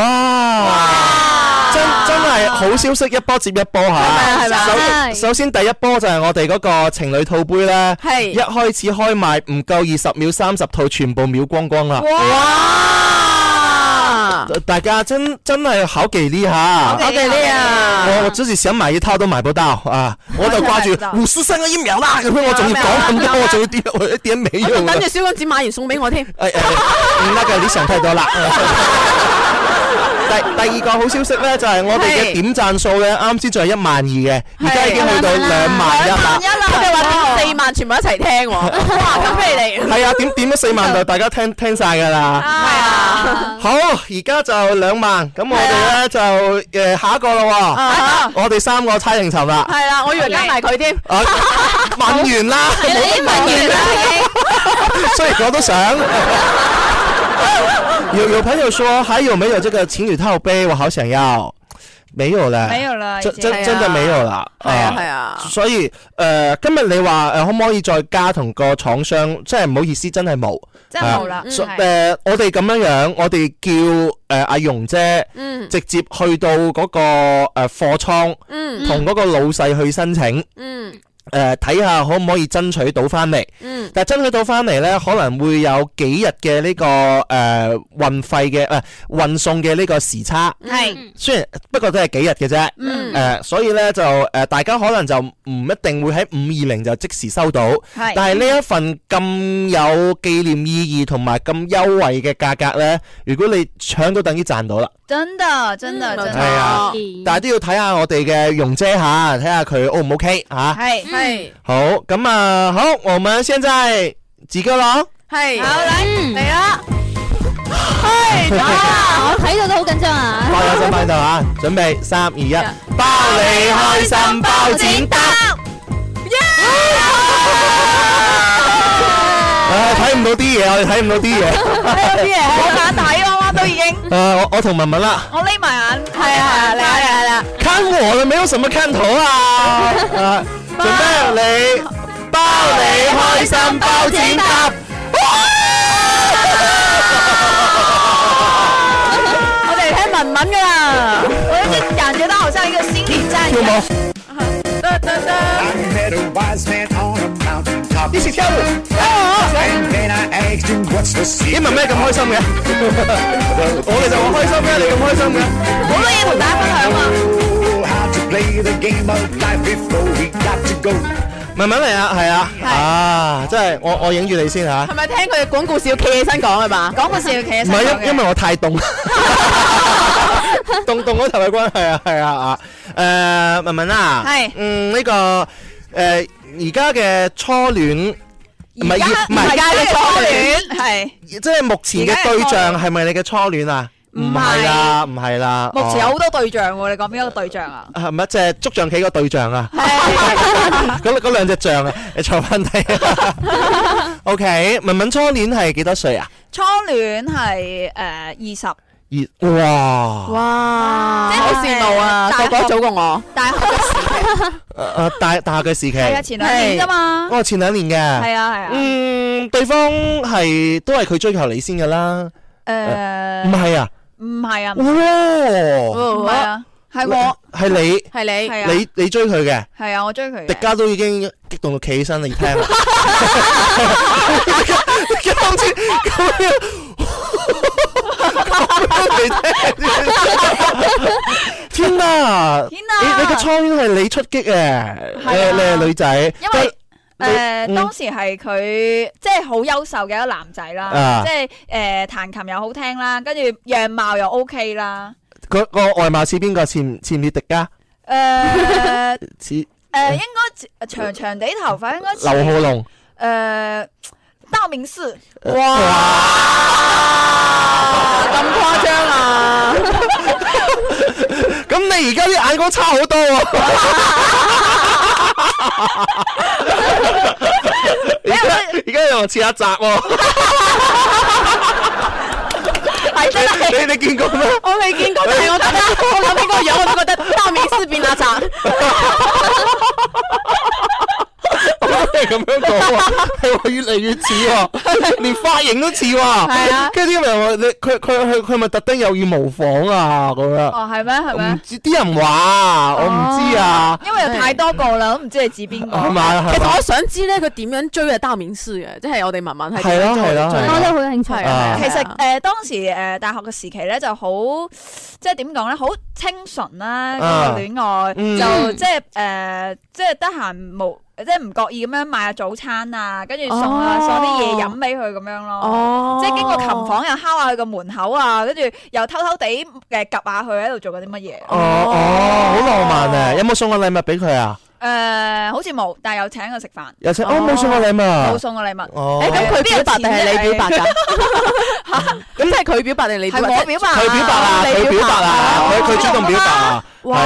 S3: 哇！真真係好消息一波接一波
S5: 咪
S3: 嚇，
S5: 係咪
S10: 係
S3: 首首先第一波就係我哋嗰個情侶套杯咧，
S5: 係
S3: 一開始開賣唔夠二十秒，三十套全部秒光光啦！
S5: 哇！
S3: 大家真真係好給力嚇！
S5: 我哋呢啊，
S3: 我我自己想買一套都買不到啊！我就掛住五十三個一秒啦，咁樣我仲要講咁多，我仲要啲我一啲都
S5: 我
S3: 沒
S5: 仲
S3: 用啊
S5: 等住小公子買完送俾我添。
S3: 誒誒，唔得嘅，你想太多啦。 第第二個好消息咧，就係我哋嘅
S5: 係
S3: 點讚數咧，啱先仲係一萬二嘅，而家已經去到兩萬一啦。
S5: 我哋話點四萬全部一齊聽喎，哇！咁俾你嚟，
S3: 係啊，點點咗四萬就大家聽聽晒㗎啦。
S5: 係
S4: À.
S5: 啊，
S3: 好，而家就兩萬，咁我哋咧就誒下一個啦
S5: 啊
S3: 喎，我哋三個猜定尋啦。
S5: 係啦，我以為加埋佢添，
S3: 啊，問完 啦，
S5: 你問完啦，
S3: 雖然我都想。有有朋友說還有沒有這個情侶套杯？我好想要。沒有了，
S4: 沒有了
S3: 真
S4: 已經
S3: 真
S5: 係啊
S3: 真的沒有啦。
S5: 係啊係啊
S3: 所以誒、呃今日你話誒、呃可唔可以再加同個廠商？真係唔好意思，真係冇，
S4: 真係冇啦
S3: 誒所
S4: 嗯係
S3: 呃我哋咁樣樣，我哋叫誒、呃阿容姐，
S5: 嗯
S3: 直接去到嗰、個誒、呃、貨倉，
S5: 嗯
S3: 同嗰個老細去申請。
S5: 嗯，
S3: 誒睇下可唔可以爭取到翻嚟。
S5: 嗯，
S3: 但係爭取到翻嚟呢，可能會有幾日嘅呢個誒、呃、運費嘅誒、呃、運送嘅呢個時差。
S4: 係
S3: 雖然不過都係幾日嘅啫，誒、
S4: 嗯
S3: 所以呢，就誒、呃大家可能就唔一定會喺五二零就即時收到，
S4: 係
S3: 但係呢一份咁有紀念意義同埋咁優惠嘅價格呢，如果你搶到等於賺到啦。
S4: 真的真的真
S3: 係
S4: 的，
S3: 啊，但係都要睇下我哋嘅容姐吓，睇下佢 O 唔 OK 吓。
S4: 係
S5: 系
S3: 好，咁啊，好，我们現在幾個咯？
S5: 系
S4: 好嚟嚟啦，啊
S10: 我睇到都好緊張啊！
S3: 包友心翻到啊，準備三二一，包你開心，包剪得。唉，睇唔到啲嘢，我哋睇唔到啲嘢。
S4: 啲嘢我眼睇啊，我都已經，
S3: 誒，我我同文文啦，
S4: 我匿埋眼，
S5: 系啊，嚟啦嚟啦，
S3: 看我了，沒有什麼看頭 啊。啊準備你，包你開心，包剪得。
S5: 我哋聽文文噶啦。
S4: 我已經感覺到好像一個心理戰一
S3: 跳
S4: 樣。
S3: 舞，
S5: 噔噔噔
S6: I met a wise man on a mountain top.
S3: 一起跳舞。啊
S6: And then I asked him, What's the
S3: 英文
S6: secret?
S3: 咩咁開心 嘅？我哋就話開心嘅，你咁開心嘅，好多嘢同大家分享啊！
S6: Oh, how to play the game of life before we got to go.
S3: 慢慢嚟啊，係啊，啊，真係我我影住你先啊嚇
S5: 係，咪聽佢哋講故事要企起身講係嘛？
S4: 講個笑企喺
S3: 唔
S4: 身上
S3: 係因因
S4: 嘅，
S3: 為我太凍，凍凍嗰頭嘅關係啊，係啊啊，誒文文啊，
S4: 係
S3: 嗯呢個誒而家嘅初戀。唔係
S4: 而家
S3: 唔係
S4: 而家嘅初
S3: 戀，
S4: 戀係
S3: 即係目前
S4: 而
S3: 嘅
S4: 家嘅
S3: 對
S4: 初
S3: 象係咪你嘅初戀啊？
S4: 唔
S3: 係
S4: 係
S3: 啦，唔係啦。
S4: 目前有
S3: 哦
S4: 好多對象喎，你講邊一個對象啊？
S3: 係咪即係捉象棋個對象啊？嗰嗰兩隻象啊，你坐翻低。O K，文文初戀係幾多歲啊？
S4: 初戀係誒呃二十，
S3: 二哇！
S5: 哇好羨慕啊！
S4: 大
S5: 個
S4: 學
S5: 個早過我，
S4: 大學嘅時期
S3: 誒誒，呃大大學嘅時期，
S4: 係啊，前兩年啫嘛，
S3: 哦，前兩年嘅，
S4: 係啊係啊，
S3: 嗯，對方係都係佢追求你先噶啦，唔
S4: 誒
S3: 係啊？
S4: 呃唔係啊，
S3: 哦，
S4: 唔係啊，係我
S3: 係你，
S5: 係你
S4: 係啊
S3: 你你追佢嘅，
S4: 係啊，我追佢
S3: 迪
S4: 嘅。
S3: 嘉都已經激動到企起身嚟聽啦。迪嘉好似咁樣咁樣嚟聽天啊！
S4: 天
S3: 你
S4: 啊！
S3: 你嘅初戀係你出擊嘅，你
S4: 係啊
S3: 係你係女仔，
S4: 因為
S3: 你
S4: 誒、
S3: 嗯
S4: 當時係佢即係好優秀嘅一個男仔啦，
S3: 啊
S4: 即係誒、彈琴又好聽啦，跟住樣貌又 OK 啦。
S3: 佢個外貌似邊個？似唔似唔似迪嘉？
S4: 誒 誒、
S3: 似
S4: 呃應該長長地頭髮，應該似
S3: 劉浩龍。
S4: 誒呃道明寺，
S5: 哇咁誇張啊！
S3: 咁你而家啲眼光差好多 喎！而家而家又似阿澤喎，
S5: 係真係。
S3: 你你見過咩？
S5: 我未見過，但係我覺得我諗起個樣，我都覺得大明寺變阿澤，
S3: 係咁樣講喎，係喎越嚟越似喎，連髮型都似喎。係
S4: 啊
S3: 跟住啲人話你佢佢佢佢咪特登有意模仿啊咁樣。
S4: 哦係咩係
S3: 唔
S4: 咩？
S3: 知啲人
S5: 哦
S3: 話，我唔知啊，
S4: 因為有太多個
S3: 嗯
S4: 啦，都唔知你指邊個。
S3: 係咪啊？
S5: 哦其
S3: 係
S5: 實
S3: 嘛
S5: 我想知咧，佢點樣追啊大明寺嘅，即係我哋文文係
S3: 係
S5: 點
S3: 咯
S5: 樣追
S3: 係咯
S5: 追
S3: 係
S10: 我都好有興趣。
S5: 係
S3: 啊
S5: 啊，
S4: 其實誒、呃當時誒、大學嘅時期咧就好，即係點講咧，好清純
S3: 啊
S4: 啦、嗰個戀愛，
S3: 嗯
S4: 就即係誒、即係得閒冇，即係唔覺意咁樣買下早餐啊，跟住送啊
S5: 哦
S4: 送啲嘢飲俾佢咁樣咯。
S5: 哦，
S4: 即係經過琴房又敲下佢個門口啊，跟住又偷偷地誒及下佢喺度做緊啲乜嘢？誒、
S3: 哦哦，好浪漫啊！有冇送個禮物俾佢啊？
S4: 呃好似冇，但係有請佢食飯，
S3: 有請，哦，冇送個禮物啊
S4: 冇。送過禮物。
S3: 哦，
S5: 誒，咁佢表白定係你表白㗎？ 咁即係佢表白定係你
S4: 係
S5: 表
S4: 我
S5: 白？
S4: 表白，
S3: 佢表白啦，
S5: 啊你
S3: 佢表
S5: 表
S3: 白
S5: 白
S3: 啦，
S5: 啊
S3: 佢佢主動表白啊，係啊。
S5: 哇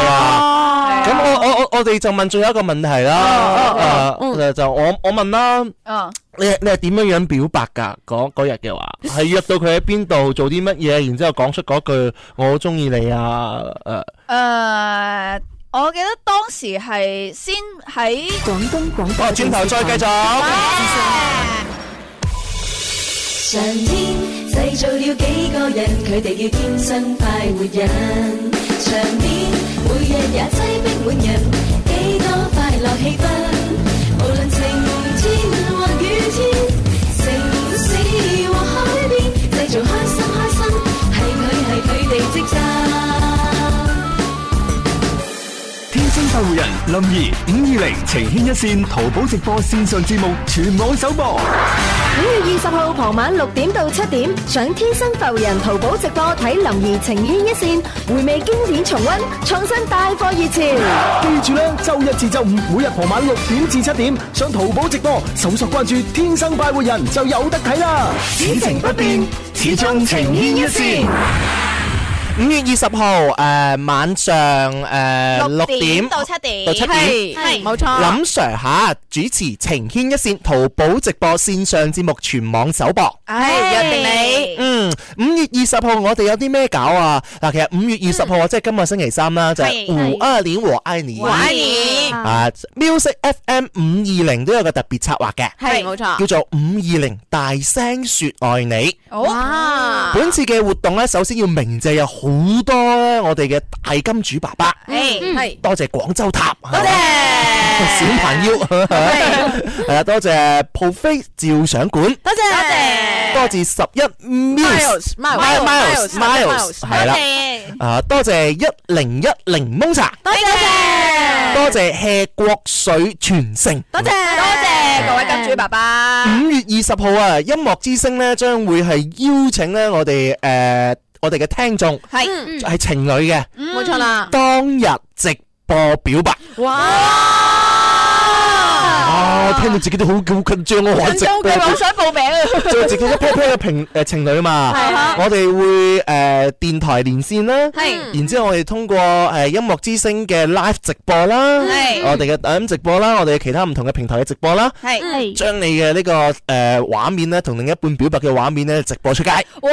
S4: Ờ.
S3: 咁我我我我哋就問最後一個問題啦，
S5: 嗯
S3: 誒就我我問啦，
S4: 嗯，
S3: 你你係點樣樣表白㗎？嗰嗰日嘅話，係約到佢喺邊度做啲乜嘢，然之後講出嗰句我好中意你啊，誒
S4: 誒、ờ, 我記得當時係先喺。
S7: 广东广播
S3: 好，哦轉頭再繼續。
S4: À,
S7: 上天製造了幾個人，佢哋叫天生快活人。場面每日也擠逼滿人，幾多快樂氣氛。
S11: 湖人林怡五二零情牵一线淘寶直播線上節目全網首播。
S2: 五月二十號傍晚六點到七點，上天生浮人淘寶直播睇林怡情牽一線，回味經典重温，創新帶貨熱潮。
S1: 記住啦，周一至周五每日傍晚六點至七點，上淘寶直播搜索關注「天生快活人」就有得睇啦。
S6: 此情不變，
S1: 始終情牽一線。
S3: 五月二十號誒晚上誒六點
S4: 到七點，
S3: 到七點
S4: 係
S5: 冇錯
S3: 林 Sir 嚇主持情牽一線淘寶直播線上節目全網首播。
S4: 啊
S5: 唉，約定你。
S3: 嗯，五月二十號我哋有啲咩搞啊？嗱，其實五月二十號即係今日星期三啦，就係
S5: 係
S3: 胡阿年和愛你
S5: 我愛你
S3: 啊，Music FM 五二零都有個特別策劃嘅，
S5: 係冇
S4: 啊
S3: 叫
S5: 錯
S3: 做五二零大聲說愛你。
S5: 哇！
S3: 本次嘅活動咧，首先要鳴謝有好多咧，我哋嘅大金主爸爸，
S4: Ừ.
S5: 嗯係
S3: 多謝廣州塔，多謝小朋友， 係啊，多謝 p r o f a 照相館，
S5: 多謝多
S3: 多謝十一 Miles
S5: Miles，Miles，
S3: Miles Miles 係啦，啊，多謝一零一檸檬茶，
S5: 多謝
S3: 多謝吃國水全城，
S5: 多謝多謝
S4: 各位金主爸爸，
S3: 五月二十號啊，音樂之聲咧將會係邀請咧我哋誒、呃我哋嘅聽眾
S4: 係
S5: 嗯
S3: 係情侶嘅，
S5: 冇錯啦。
S3: 當日直播表白。
S4: 啊
S3: 哇！哦聽到自己都好好緊張啊！玩直播
S4: 嘅，我想報名啊！
S3: 就直接一 pair pair 嘅 平誒情侶嘛
S4: 係啊，嗯
S3: 我哋會誒電台連線啦，
S4: 係
S3: 然之後我哋通過誒音樂之聲嘅 live 直播啦，
S4: 係
S3: 我哋嘅抖音直播啦，我哋嘅其他唔同嘅平台嘅直播啦，
S10: Ừ.
S4: 係
S3: 將你嘅呢個誒畫面咧同另一半表白嘅畫面咧直播出街。
S5: 啊
S4: 哇！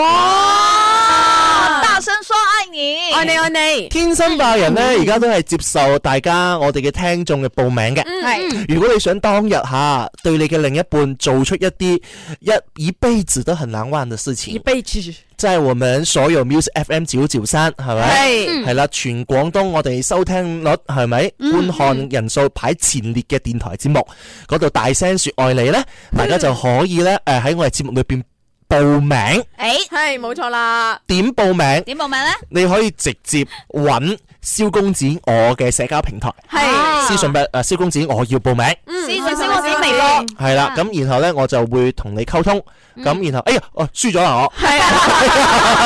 S4: 大聲說愛你，
S5: 愛你愛你，
S3: 天生快人咧，而家都係接受大家我哋嘅聽眾嘅報名嘅。
S4: 係
S3: 如果你想當日吓對你嘅另一半做出一啲一一輩子都很難忘嘅事情，
S5: 輩子
S3: 在我們所有 Music FM 九九三係咪？
S5: 係
S3: 係啦，全廣東我哋收聽率係咪觀看人數排前列嘅電台節目嗰度大聲說愛你呢，大家就可以呢，誒喺我哋節目裏邊報名，
S4: 誒
S5: 係冇錯啦。
S3: 點報名？
S4: 點報名咧？
S3: 你可以直接揾蕭公子我嘅社交平台，
S5: 係
S3: 私信俾誒蕭公子我要報名。
S5: 嗯
S4: 私信
S5: 開心
S4: 小王子
S5: 開心
S4: 微博
S3: 係
S5: 啊
S3: 啦，咁然後咧我就會同你溝通，咁然後哎呀，哦輸咗啦我，
S5: 嗯 係 啊，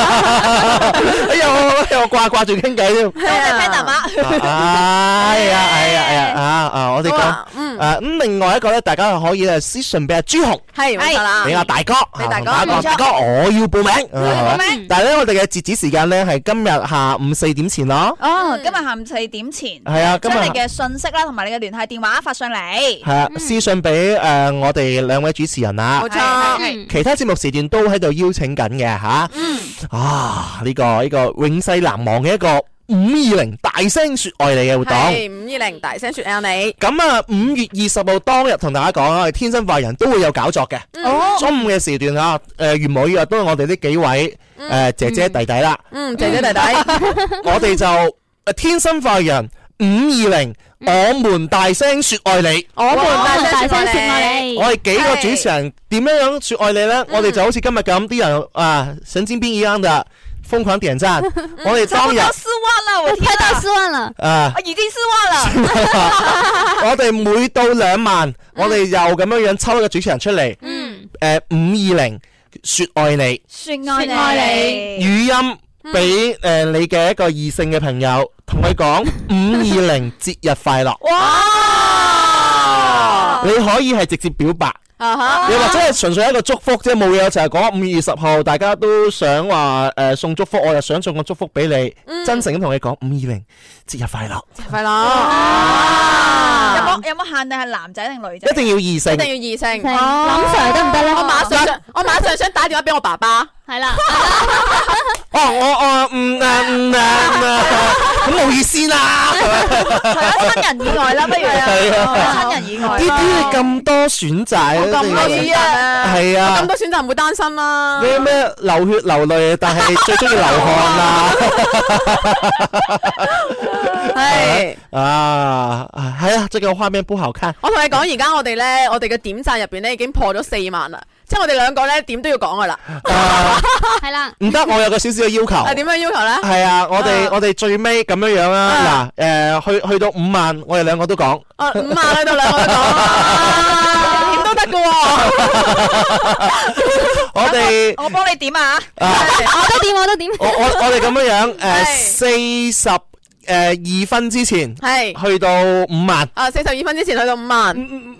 S3: 哎呀我哎呀我掛掛住傾偈 添，
S4: 多謝 Panda 媽，
S3: 哎呀哎呀哎呀啊啊我哋
S5: 好
S3: 講
S5: 啊。嗯
S3: 誒咁另外一個咧，大家可以誒私信俾阿朱紅，
S5: 係冇錯啦。
S3: 俾阿大哥，
S5: 啊俾大哥
S3: 啊同
S5: 冇錯
S3: 大哥我要報名，啊
S4: 報名
S3: 係咪但係咧我哋嘅截止時間咧係今日下午四點前咯，
S4: 哦，今日下午四點前，
S3: 係啊，今
S4: 將你
S3: 日。
S4: 嘅信息啦，同埋你嘅聯繫電話發上嚟
S3: 系。啊，私信俾诶、呃我哋兩位主持人啊
S5: 嗯冇，錯
S4: 係係
S10: 嗯
S3: 其他節目時段都喺度邀請緊嘅吓。啊，呢、個呢、個永世難忘嘅一個五二零大聲说愛你嘅活動。
S5: 係五二零大聲説愛你，
S3: 咁啊，五月二十號當日同大家講啊，我哋天生快人都會有搞作嘅。中午嘅時段啊，诶、呃，元武啊，都係我哋呢幾位诶、呃姐姐弟弟啦，
S5: 嗯，姐姐弟弟，
S3: 我哋就呃天生快人五二零，我們大聲说愛你。
S5: 我們大
S10: 大
S5: 聲
S10: 聲說
S5: 説你，
S10: 愛你，
S3: 我哋幾個主持人點樣樣説愛你呢？我哋就好似今日咁，啲人啊神經病一樣的瘋狂點讚。我哋當日
S4: 我失望了，我天
S10: 快到
S4: 啊！
S10: 失望了，
S3: 啊
S4: 我，已經失望了。
S3: 我哋每到兩萬，我哋又咁樣樣抽一個主持人出嚟，
S10: 嗯，
S3: 誒五二零説愛你，
S4: 說
S10: 愛你說愛
S4: 你，
S3: 語音俾誒你嘅一個異性嘅朋友，同佢講五二零節日快樂。
S4: 哇！
S3: 你可以係直接表白。
S5: 啊哈，
S3: 又或者係純粹一個祝福啫，冇嘢就係講五月二十號，大家都想話誒、呃送祝福，我又想送個祝福俾你，真誠咁同你講五二零節日快樂，
S5: 快樂，
S4: 有冇有冇限定係男仔定女仔
S3: 一？定要異
S5: 一
S3: 性。
S5: 定要異性，
S10: 林 Sir 得唔得咧？
S5: 我馬上想，我馬上想打電話俾我爸爸，
S10: 係啦，
S3: 哦，我我嗯啊嗯啊 嗯啊，咁冇意思啦。
S4: 除咗親人以外啦，不如
S3: 係啊
S4: 親人以外
S3: 呢啲
S4: 啦。
S3: 你咁多選擇，
S5: 我咁
S3: 一定
S5: 多
S3: 要
S5: 選擇咧，
S3: 啊係
S5: 我
S3: 啊
S5: 咁。多選擇唔會單身啦，
S3: 你咩流血流淚，但係最中意流 汗啦。
S5: 係。
S3: 啊， 係啊，這個畫面不好看。
S5: 我同你講，而家我哋咧，我哋嘅點贊入邊咧已經破咗四萬啦，即係我哋兩個咧點都要講噶啦。
S3: 哦
S10: 啊係啦，
S3: 唔得，我有個少少嘅要
S5: 啊啊
S3: 求。
S5: 點樣要求咧？
S3: 係啊，我哋我哋最尾咁樣樣啦，嗱，誒，去去到五萬，我哋兩個都講。
S5: 啊五萬喺度兩個都講啊，點都得噶
S3: 我哋
S4: 我幫你點啊？
S10: 我都點，我都點。
S3: 我我我哋咁樣樣，誒，四十誒二分之前，
S5: 係
S3: 去到五萬。
S5: 啊，四十二分之前去到五萬，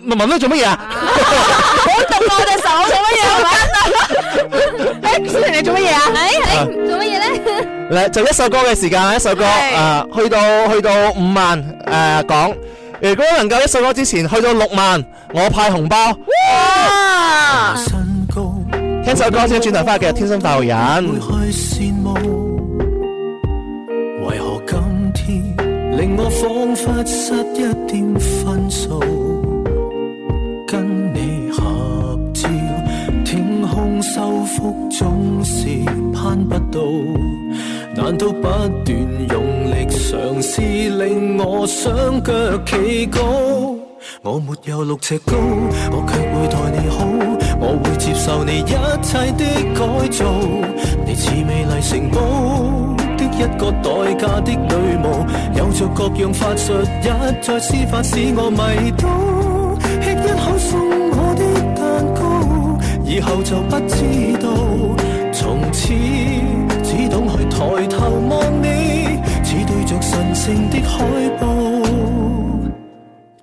S3: 文文都做乜嘢啊？
S5: 我動我隻手做乜嘢？誒，思婷你做乜嘢啊？
S10: 誒誒，哎做乜嘢咧？
S3: 嚟就一首歌嘅時間，一首歌
S5: 係
S3: 啊，去到去到五萬誒講。如果能夠一首歌之前去到六萬，我派紅包。
S5: 哇！
S3: 聽首歌先，轉頭翻嚟繼續天生快活人。
S6: 去羨慕，為何今天令我彷彿失一點分數？跟你合照，天空修復總是攀不到，難道不斷用力嘗試令我雙腳企高？我沒有六尺高，我卻會待你好，我會接受你一切的改造。你似美麗城堡的一個代價的女巫，有着各樣法術，一再施法使我迷倒。吃一口送我的蛋糕，以後就不知道，從此只懂去抬頭望你，似對着神聖的海報。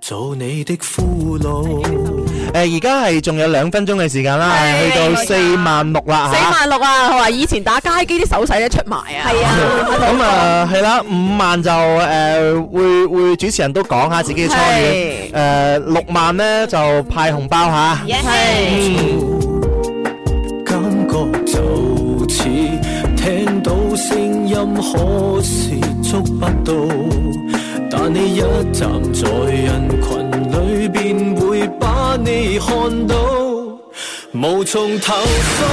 S6: 做你的俘虜。
S3: 誒而家係仲有兩分鐘嘅時間啦，
S5: 係
S3: 去到四萬六啦
S5: 四
S3: 嚇。
S5: 萬六啊！佢話以前打街機啲手勢咧出埋啊，係啊，
S3: 咁啊係啦，五萬就誒會會主持人都講下自己嘅初戀。誒六萬咧就派紅包嚇。
S5: 係
S6: 感覺就似聽到聲音，可是觸不到。但你一站在人群裏便會把你看到，無從投訴。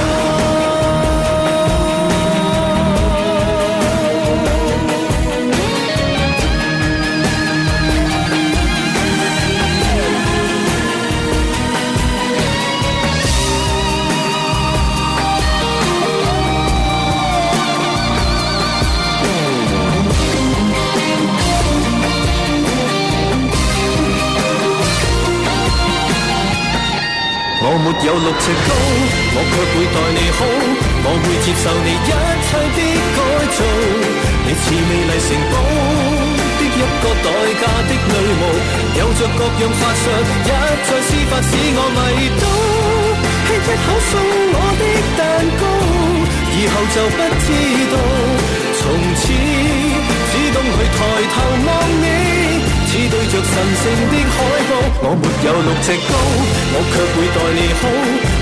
S6: 我沒有六尺高，我卻會待你好，我會接受你一切的改造。你似美麗城堡的一個代價的女巫，有着各樣法術，一再施法使我迷倒。吃一口送我的蛋糕，以後就不知道，從此只懂去抬頭望你，似對着神聖的海報。我沒有六尺高，我卻會待你好，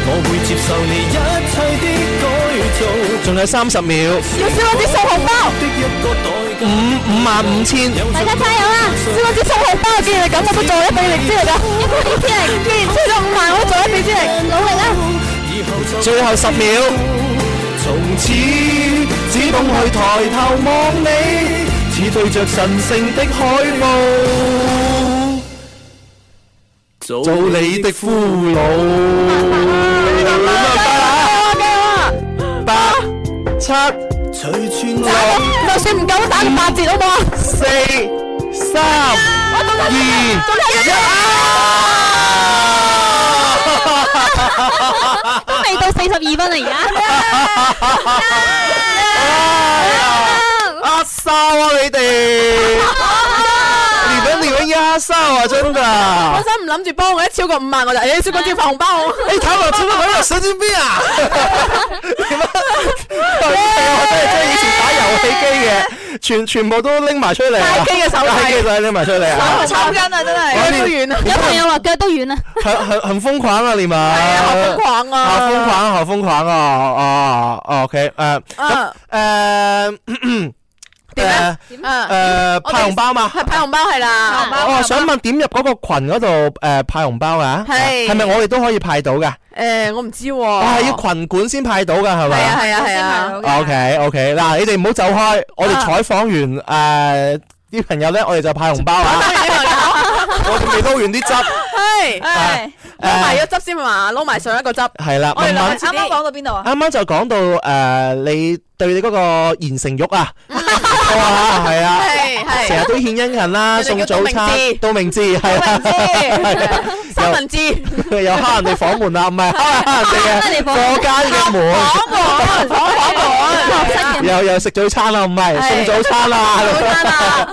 S6: 我會接受你一切的改造。
S3: 仲有三十秒，
S5: 要燒一啲送紅包，
S6: 的一個代
S3: 五五萬五千。
S6: 有
S10: 大
S6: 着
S10: 家加油啦！
S5: 燒一啲送紅包，既然係咁，我都做一俾你知嚟㗎。
S10: 一支嚟，
S5: 既然出咗五萬，我都做一俾你知嚟。
S10: 努力啦！
S6: 以後就
S3: 最後十秒，
S6: 從此只懂去抬頭望你，似對着神聖的海報，
S3: 做
S6: 做
S3: 你的俘 虜。八七
S6: 隨住我
S5: 就算唔夠打個八折好冇啊！
S3: 四三二
S10: 都未到四十二分啊，
S3: 一，阿哨啊你哋！你们你们压哨啊，真的！
S5: 本身唔諗住幫我，一超過五萬我就誒燒個招發紅包好。
S3: 哎，他们真的很有神经病啊！你们，我真係真係以前打遊戲機嘅，全全部都拎埋出嚟啊，
S5: 街機嘅手勢
S3: 街機手勢拎埋出嚟啊！
S4: 抽筋啊，真係。
S5: 腳都軟啊，
S10: 而家有朋友話腳都軟啊，
S3: 很很很疯狂啊！你们，
S5: 好瘋狂啊！
S3: 好疯！狂，好疯狂啊！哦哦，OK，誒咁
S5: 啊
S3: 誒
S5: 點
S3: 誒
S5: 啊啊！
S3: 誒
S5: 我哋
S3: 派紅包嘛？
S5: 係派紅包係啦，
S3: 我我想問點入嗰個群嗰度誒派紅包啊？
S5: 係
S3: 係咪我哋都可以派到㗎？
S5: 誒我唔知喎。
S3: 我係要群管先派到㗎，係
S5: 係啊
S3: 咪？
S5: 係啊係啊！
S3: O K O K，嗱，你哋唔好走開，我哋
S5: 啊
S3: 採訪完誒啲朋友咧，我哋就派紅包啊！我未撈完啲汁。
S5: 系，
S3: 係
S5: 攞埋咗汁先嘛，攞埋上一個汁。
S3: 係啦
S5: 我哋
S3: 慢慢
S5: 啱啱
S4: 講到邊度啊？
S3: 啱啱就講到诶，你對你嗰個言承旭啊，哇，係啊，
S5: 係
S3: 成日都獻殷勤啦，
S5: 人哋
S3: 送
S5: 叫
S3: 早餐，都明智係 啦，
S5: 三文治，
S3: 又敲人哋房門啦，唔係敲人哋嘅過街嘅 門，又又食早餐啦，唔係送早餐啦，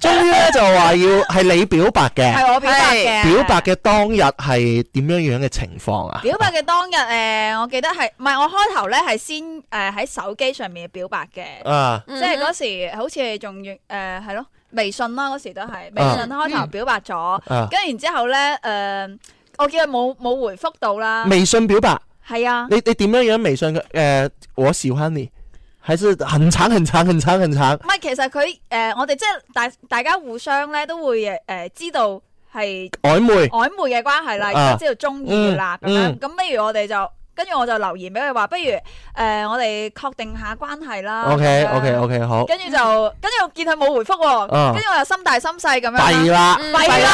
S3: 終於咧就話要係你表白嘅，
S4: 係我啊表白嘅
S3: 表白嘅當日係點樣樣嘅情況啊？
S4: 表白嘅當日，诶、我記得係唔係我開頭咧係先诶喺、手機上面表白嘅，
S3: 啊
S4: 即係嗰時好似仲要诶係咯，微信啦嗰時都係微信開頭表白咗，跟、
S3: 嗯
S4: 然之後咧诶、我見佢冇冇回覆到啦，
S3: 微信表白。
S4: 係啊，
S3: 你你点样样微信嘅？诶、我喜欢你，还是很长很长很长很长
S4: 唔？係其實佢诶、我哋即係大大家互相咧都會诶、知道係
S3: 曖昧
S4: 暧昧嘅關係啦，
S3: 啊
S4: 而家知道中意噶啦咁
S3: 嗯
S4: 樣，咁不如我哋就。跟住我就留言俾佢話，不如誒、我哋確定下關係啦。
S3: OK，
S4: 咁樣
S3: OK，OK，好
S4: 跟住就，跟住我見佢冇回覆喎，
S3: 啊
S4: 跟住我又心大心細咁樣。
S3: 弊啦哎
S4: 嗯弊啦，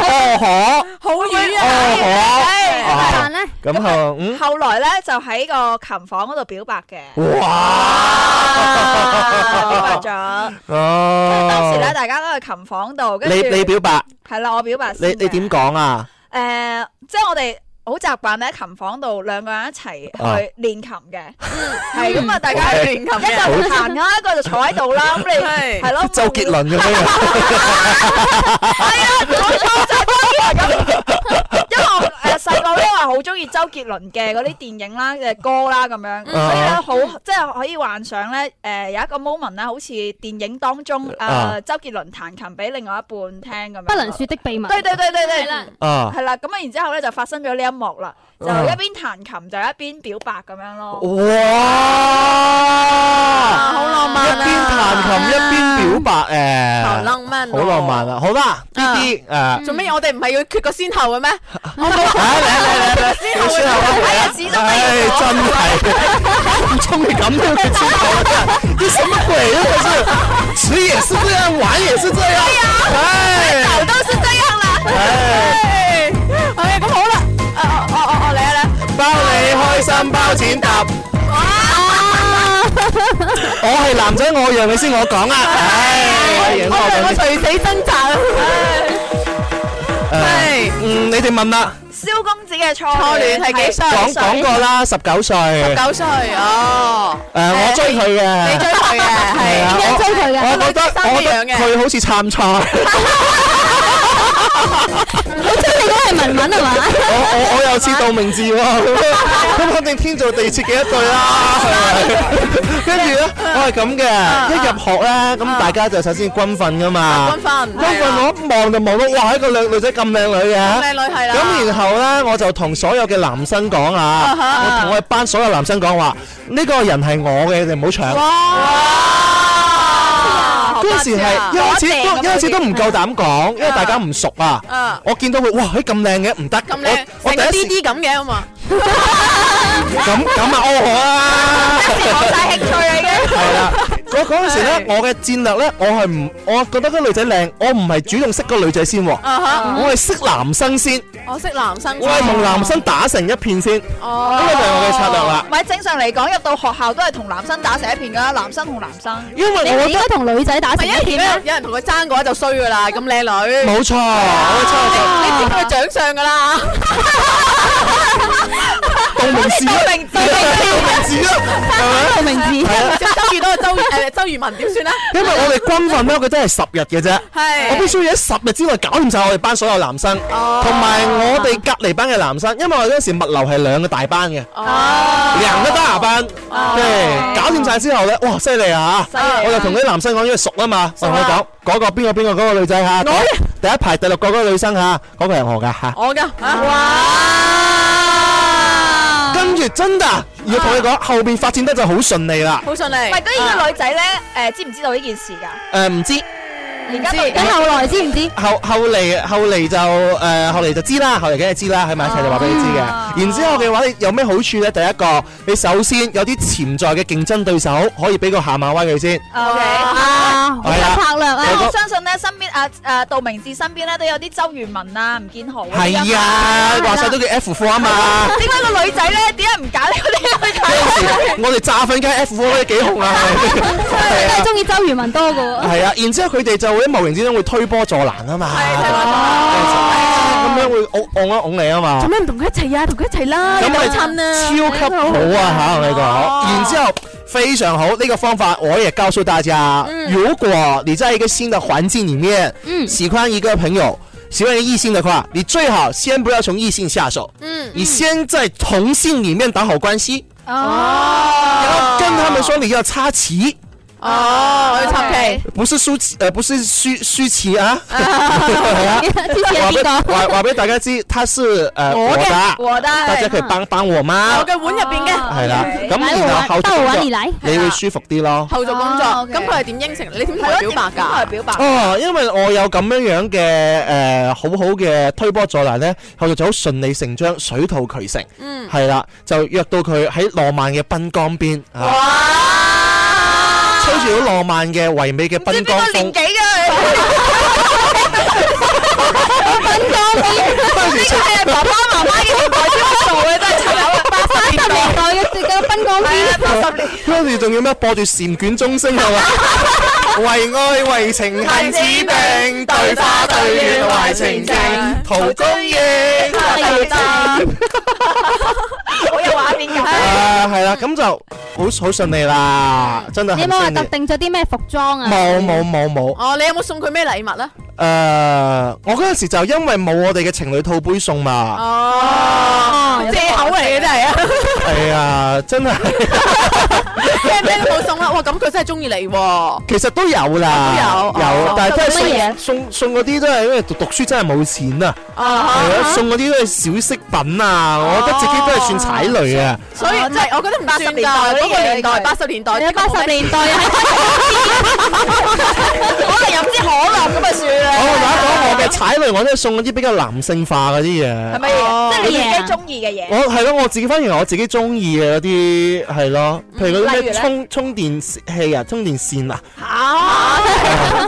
S3: 哦可
S4: 好遠
S3: 啊
S4: 咧，
S3: 咁後嗯
S4: 後來咧就喺個琴房嗰度表白嘅。哇！表白咗。
S3: 哦，
S4: 當時咧，大家都喺琴房度，跟住
S3: 你你表白，
S4: 係啦，我表白
S3: 你
S4: 先
S3: 你
S4: 嘅
S3: 点讲啊？
S4: 誒、即係我哋好習慣咧，琴房度兩個人一齊
S3: 啊
S4: 去練琴嘅，係咁啊，大家
S3: OK
S4: 一就彈啦，一個就坐喺度啦，咁你係咯，
S3: 周杰倫咁樣，啊
S4: 因為我誒細個咧話好中意周杰倫嘅嗰啲電影啦、嘅歌啦咁樣，所以咧
S3: 啊
S4: 好即係可以幻想咧誒、有一個 moment 啦，好似電影當中誒、
S3: 啊
S4: 周杰倫彈琴俾另外一半聽咁樣。
S10: 不能説的秘密。
S4: 對對對對對，
S3: 啊
S4: 係啦，咁啊，然之後咧就發生咗呢一幕啦，就一
S3: 啊哦
S4: 邊彈琴就一邊表白咁樣咯。
S3: 哇！
S5: 好浪漫
S3: 啊一邊彈琴一邊表白，诶、
S5: 好浪漫
S3: 好
S5: 哦
S3: 浪漫啊！好啦，呢啲诶，
S5: 做咩？我哋唔係要缺個先後嘅咩？我冇
S3: 先後先後
S5: 哎呀始終都要
S3: 唉，
S5: 講
S3: 真係，唔中意咁樣嘅節目，你什麼鬼啊？可是，吃也是這樣，玩也是這樣，唉，
S5: 早都是這樣啦。
S3: Ờ.
S5: 唉，OK，咁好啦，啊哦哦哦哦，嚟啊嚟啊，
S3: 包你開心，包錢搭。我係男仔，我讓你先，我講啊，唉，我贏
S5: 我
S3: 我
S5: 我
S3: 講先
S5: 垂死掙扎啊！
S3: 誒嗯，你哋問啦。
S4: 萧公子嘅初
S5: 初戀係幾歲
S3: 講講過啦，十九歲。
S5: 十九歲哦，
S3: 誒，我追佢嘅。
S5: 你追佢嘅係
S3: 啊
S5: 點樣追佢嘅
S3: 我我覺得
S5: 個女仔生
S3: 我覺
S5: 一樣
S3: 得
S5: 嘅
S3: 佢好似參賽。
S10: 我知你嗰係文文係啊嘛？
S3: 我我我又似道明寺 喎，咁肯定天造地設嘅一對啦。 跟住咧，我係咁嘅，一入學咧，咁大家就首先軍訓噶嘛。
S5: 軍訓
S3: 啊軍訓我
S5: 係啊
S3: 一望就望到，哇！一個靚女仔咁靚女嘅。啊
S5: 咁靚女係啦
S3: 咁然後咧，我就同所有嘅男生講啊，
S5: 哈
S3: 我同我哋班所有男生講話，呢個人係我嘅，你哋唔好搶。
S5: 哇！
S3: 嗰陣時
S5: 啊
S3: 係一開始都一開始都唔夠膽講，因為
S5: 嗯
S3: 大家唔熟啊
S5: 啊。
S3: 我見到佢，哇！佢咁靚嘅，唔得，
S5: 咁靚，
S3: 我我
S5: 成個
S3: 第一
S5: D
S3: 時
S5: D 咁嘅啊嘛，
S3: 咁咁啊，哦好 啊！
S4: 冇晒興趣啦 已經。
S3: 係
S5: 啊
S3: 啦，嗰嗰陣時咧，我嘅戰略咧，我係唔，我覺得嗰個女仔靚，我唔係主動識個女仔先喎，
S5: 啊哈，
S3: 我係識男生先，
S5: 我識男生，
S3: 我係同男生打成一片先，呢
S5: 哦
S3: 個就係我嘅策略啦
S4: 唔。係正常嚟講，入到學校都係同男生打成一片㗎，男生同男生。
S3: 因為我
S10: 你
S3: 覺
S10: 應
S3: 得
S10: 該同女仔打
S5: 唔係
S10: 成一啊
S5: 因為
S10: 片
S5: 如果
S10: 啦。
S5: 有人同佢爭嘅話就衰噶啦，咁靚女，
S3: 冇錯，
S5: 哦
S3: 冇
S5: 你知佢長相噶啦，
S3: 錯，道明寺啊，道
S5: 明寺
S3: 明寺啊，係咪？
S10: 道明寺
S3: 係啊，
S5: 周瑜都係周誒周瑜文點算咧？
S3: 因為我哋軍訓咧，佢都係十日嘅啫。
S5: 係
S3: 我必須要喺十日之內搞掂晒我哋班所有男生，同埋我哋隔離班嘅男生，因為我嗰陣時物流係兩個大班嘅。
S5: Ờ. 哦，
S3: 兩個大班，對，搞掂晒之後咧，哇，哦犀利啊！我就同啲男生講，因為熟啊嘛，我同佢講嗰個邊個邊個嗰個女仔嚇，嗰第一排第六個嗰個女生嚇，嗰個係我㗎嚇。
S5: 我噶，哇，
S3: 跟住真㗎，要同佢講後邊發展得就好順利啦。
S5: 好順
S4: 唔
S5: 利，
S4: 係，
S3: à。
S4: 嗰呢個女仔咧，誒知唔知道呢件事㗎？
S3: 誒唔知
S4: 而家到
S3: 啊
S4: 而
S10: 你
S4: 家
S10: 後來知唔知？
S3: 後後嚟後嚟就誒後嚟就知啦，後嚟梗係知啦，喺埋一
S4: 哦
S3: 齊就話俾你知嘅。然之後嘅話，你有咩好處咧？第一個，你首先有啲潛在嘅競爭對手，可以俾個下馬威佢先。
S4: ，OK。
S10: 啊，好有
S3: 係啦
S10: 策略
S4: 但
S10: 啊！
S3: Dạ,
S4: 我相信咧，身邊啊啊誒杜明志身邊咧都有啲周渝民啊、吳建豪嗰啲㗎嘛
S3: 係啊，話晒都叫 F 科啊嘛。
S4: 點解個女仔咧點解唔揀呢個 去睇？
S3: 我哋炸粉街 F 科都幾紅啊！係啊
S10: 真係中意周渝民多噶喎。
S3: 係啊，然之後佢哋就會喺無形之中會推波助瀾啊嘛，
S5: Ờ.
S3: 啊咁樣會拱拱一拱你啊嘛。
S5: 做咩唔同佢一齊啊？同佢一齊啦，
S3: 咁
S5: 有
S3: 我
S5: 冇
S3: 哋
S5: 親啊？
S3: 超級好啊吓，我跟你讲，然之后非常好，呢个方法我也告诉大家，如果你在一个新的环境里面，喜欢一个朋友。喜欢异性的话，你最好先不要从异性下手，
S5: 嗯
S3: 你先在同性里面打好关系，
S5: 哦，
S3: 跟他们说你要插旗，
S5: 哦，我要插旗，
S3: 不是舒呃不是舒舒淇啊，
S10: 之前
S3: 话啊俾
S10: 邊個
S3: 话话俾大家知，他是呃
S5: 我
S3: 我
S5: 嘅
S3: 的，
S4: 我的
S3: 大家可以帮帮我吗？
S5: 我嘅碗入邊嘅
S3: 系啦，咁
S10: 嚟我
S3: 然
S10: 玩
S3: 後後
S10: 兜我玩
S3: 續
S10: 而嚟
S3: 工作你會舒服啲咯。
S5: 後續工作，
S4: 哦，OK
S5: 咁佢係點應承？你點同佢表白㗎？
S4: 表白
S3: 哦，因為我有咁樣樣嘅誒好好嘅推波助瀾咧，後續就好順理成章，水到渠成。嗯，係啦，就約到佢喺浪漫嘅濱江邊，啊吹住好浪漫嘅唯美嘅
S4: 唔
S3: 濱
S4: 知邊
S3: 江
S4: 個
S3: 風
S4: 年紀。㗎？
S3: 當時出
S4: 係爸爸媽媽嘅年代先會做嘅，真係陳友啊八十年代
S10: 代嘅嘅賓江邊，
S4: 八十年。
S3: 當時仲要咩播住嬋卷鐘聲 係嘛？為愛為情恨似病，對花對月懷情景，陶公英。
S4: 好有畫面感。
S3: 啊，係啦，咁就好好順利啦，真係
S10: 你
S3: 好
S10: 有冇話
S3: 順利
S10: 特定咗啲咩服裝啊？
S3: 冇冇冇冇，
S5: 哦，你有冇送佢咩禮物咧？
S3: 誒，我嗰陣時就因為冇我哋嘅情侶套杯送
S4: 哦啊
S3: 嘛，
S5: 哦，借口嚟嘅真係 啊，
S3: 係啊，真係
S5: 咩咩都冇送啦。哇，咁佢真係中意你喎。
S3: 其實都有啦，
S5: 都有哦
S3: 但係都係
S10: 送乜
S3: 送
S10: 嘢
S3: 送送嗰啲都係因為讀讀書真係冇錢啊，
S5: 啊，
S3: 係啊，送嗰啲都係小飾品啊，我覺得自己都係算踩雷啊，
S5: 所以即係我覺得唔
S4: 哦八十
S5: 算
S4: 年代嗰
S5: 㗎，
S4: 啲
S5: 嗰個年代
S4: 嘢
S5: 八十年代，
S10: 你喺八十年代
S4: 啊 可能飲支可樂咁
S5: 啊
S4: 咪算
S3: 我同大家
S4: 啦。
S3: 講我嘅踩雷，我都係送嗰啲比較男性化嗰啲
S4: 係
S3: 嘢，
S4: 咪嘢？即係你
S10: 乜嘢
S4: 自
S10: 啊
S4: 己中意嘅嘢
S3: 我。係咯，我自己反而我自己中意嘅嗰啲係咯，譬如嗰
S4: 例
S3: 啲
S4: 如
S3: 咩
S4: 咧
S3: 充充電器啊、充電線啊。
S5: 啊，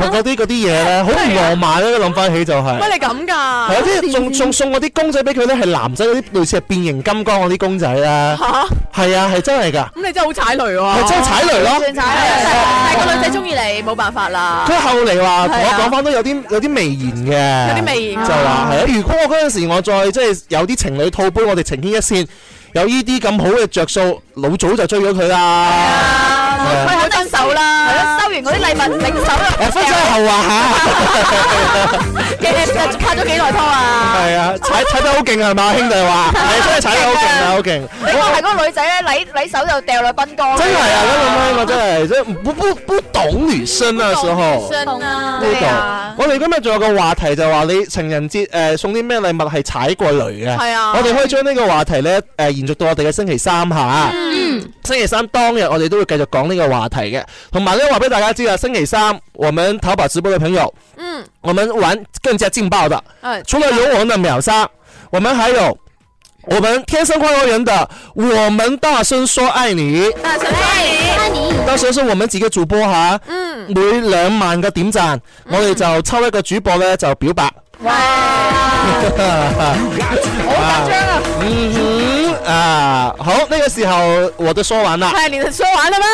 S3: 嗰啲嗰啲嘢咧，好唔浪漫咧，諗翻起就係。
S5: 乜你咁
S3: 係
S5: 㗎？
S3: 啊，即係仲仲送嗰啲公仔俾佢咧，係男仔嗰啲類似係變形金剛嗰啲公仔啦。
S5: 嚇，
S3: 係啊，係真係㗎，
S5: 咁你真係好踩雷喎。
S3: 係真係踩雷咯。
S5: 但係個女仔中意你，冇辦法啦。
S3: 佢後嚟話同
S5: 係啊
S3: 我講翻都有啲有啲微言嘅，
S5: 有啲微言
S3: 就話係啊。如果我嗰陣時我再即係有啲情侶套杯，我哋情牽一線，有呢啲咁好嘅着數，老早就追咗佢啦。
S5: 啊，佢肯定分手啦。
S4: 係咯，收完嗰啲禮物，整手啦。
S3: 誒分手後話嚇，
S5: 幾日拍咗幾耐拖啊？
S3: 係啊，踩踩得好勁係嘛，兄弟話係真係踩得好勁啊，好勁。
S4: 你我係嗰個女仔咧，攆攆手就掉落濱江。
S3: 真係啊！咁樣樣我真係真係不不不懂女生啊，時候呢
S5: 信啊！
S4: 對
S3: 度
S4: 啊。
S5: à.
S3: 我哋今日仲有個話題就話你情人節誒送啲咩禮物係踩過雷嘅。
S5: 係啊
S3: 我哋可以將呢個話題咧誒延續到我哋嘅星期三下。
S5: 嗯，
S3: 星期三當日我哋都會繼續講呢個話題嘅，同埋咧話俾大家知啊，星期三我們淘寶直播嘅朋友，
S5: 嗯，
S3: 我們玩更加勁爆的，
S5: 哎
S3: 除了有我們的秒殺，我們還有我們天生快活人的我們大聲說愛你。
S5: 但係
S3: 到时候是我们几个主播吓，
S5: 嗯
S3: 每兩萬個點讚，我哋就抽一個主播咧就表白。
S4: 緊張啊！
S3: 嗯哼啊，好，呢、個時候我都說 完啦，
S5: 係連說玩 啦咩？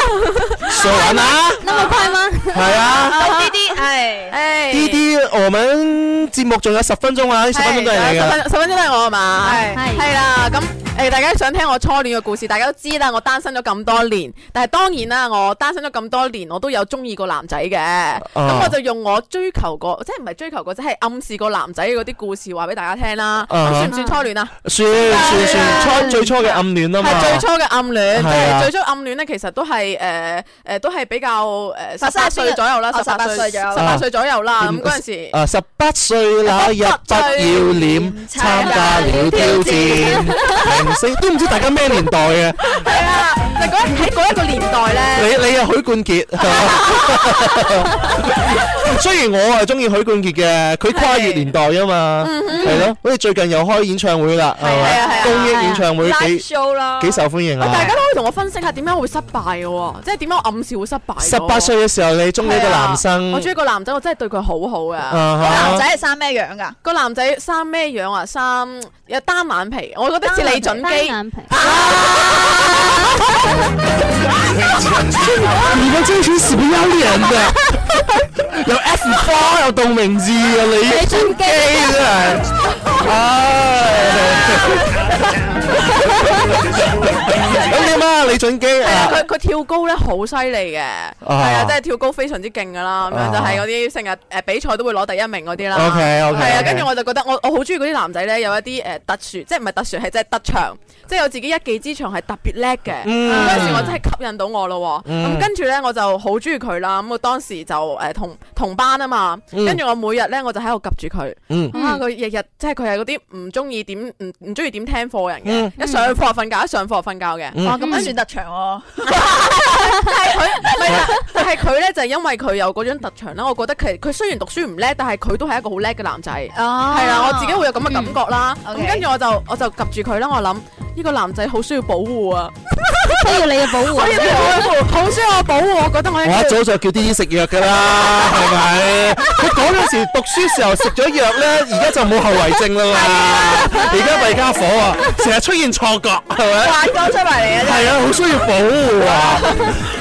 S3: 說完 啦，
S10: 那麼快 嗎？
S3: 係啊。
S5: Ờ,
S4: 呢啲係
S5: 誒，
S3: 呢啲我們節目仲有十分鐘啊，呢十分鐘都係你
S5: 十分
S3: 㗎。
S5: 十分鐘都係我係啊嘛？
S4: 係
S10: 係
S5: 係啦，咁誒大家想聽我初戀嘅故事，大家都知啦，我單身咗咁多年，但係當然啦，我單身咗咁多年，我都有中意過男仔嘅，
S3: 啊
S5: 咁我就用我追求過，即係唔係追求過，即係暗示過男仔嗰啲故事話俾大家聽啦，
S3: 啊
S5: 咁算唔算初戀啊？
S3: 算算算，初最初嘅暗戀啊嘛。
S5: 係最初嘅暗戀，即
S3: 係啊
S5: 係最初暗戀咧，其實都係誒誒，都係比較誒十八
S4: 18
S5: 歲左右啦，
S4: 哦
S5: 十八
S4: 18
S5: 歲十
S4: 歲左右
S5: 八歲左右啦。咁嗰陣時，
S3: 啊，十八歲那日不要臉，參加了挑戰， 明星都唔知大家咩年代嘅。
S5: 係啊，就嗰一喺嗰一個年代咧，
S3: 你你啊許冠傑， 雖然我係中意許冠傑嘅，佢跨越年代啊嘛，係咯，好似最近又開演唱會啦，係咪？公益演唱會
S5: Live
S3: 幾
S5: show 啦
S3: 幾受歡迎
S5: 喂大
S3: 啊
S5: 家！都可以同我分析下點解會失敗嘅喎，即係點解我暗示會失敗嘅喎。
S3: 十八歲嘅時候，你中意一個男
S5: 我
S3: 生
S5: 中，意個男仔，我真係對佢好好噶。
S3: 啊哈個男仔
S5: 係生咩樣噶？個男仔生咩樣啊？生有單眼皮，我覺得似李準基。單眼皮。
S3: 你們這群死不要臉 的，有 S 花，有董明珠，有李
S6: 準基
S3: 真係，唉，咁點啊？李準基
S5: 係啊，
S3: 啊
S5: 佢，佢跳高咧好犀利嘅，係啊，真係跳高非常之勁噶啦，咁
S6: 啊
S5: 樣就係嗰啲成日誒比賽都會攞第一名嗰啲啦。
S3: OK，OK，
S5: 係啊，
S3: OK
S5: 跟住我就覺得我我好中意嗰啲男仔咧，有一啲誒特殊，即係唔係特殊係真係特長，即係有自己一技之長係特別叻嘅。
S6: 嗯
S5: 嗰陣時我真係吸引到我咯喎，
S6: 嗯
S5: 咁跟住咧我就好中意佢啦。咁我當時就誒同同班啊嘛，
S6: 嗯
S5: 跟住我每日咧我就喺度及住佢。
S6: 嗯
S5: 啊，佢日日即係佢係嗰啲唔中意點唔唔中意點聽課人
S6: 嗯
S5: 嘅，一上課瞓覺，一上課瞓覺嘅。
S4: 嗯哦咁樣算
S5: 特長喎。 但係佢咧就係因為佢有嗰種特長啦，我覺得佢佢雖然讀書唔叻，但係佢都係一個好叻嘅男仔。
S4: 哦
S5: 係啦，我自己會有咁嘅感覺啦。
S4: 嗯
S5: 咁
S4: OK
S5: 跟住我就我就及住佢啦，我諗呢個男仔好需要保護啊，
S10: 需要你嘅保護
S5: 好需要我嘅保護好需要我保護，我覺得我
S3: 我
S5: 一
S3: 一早就叫啲醫食藥噶啦，係咪？佢嗰陣時讀書時候食咗藥咧，而家就冇後遺症啦嘛。而家咪家火啊，成日出現錯覺，係咪？
S5: 發咗出埋嚟啊真係
S3: 係啊，好需要保護啊！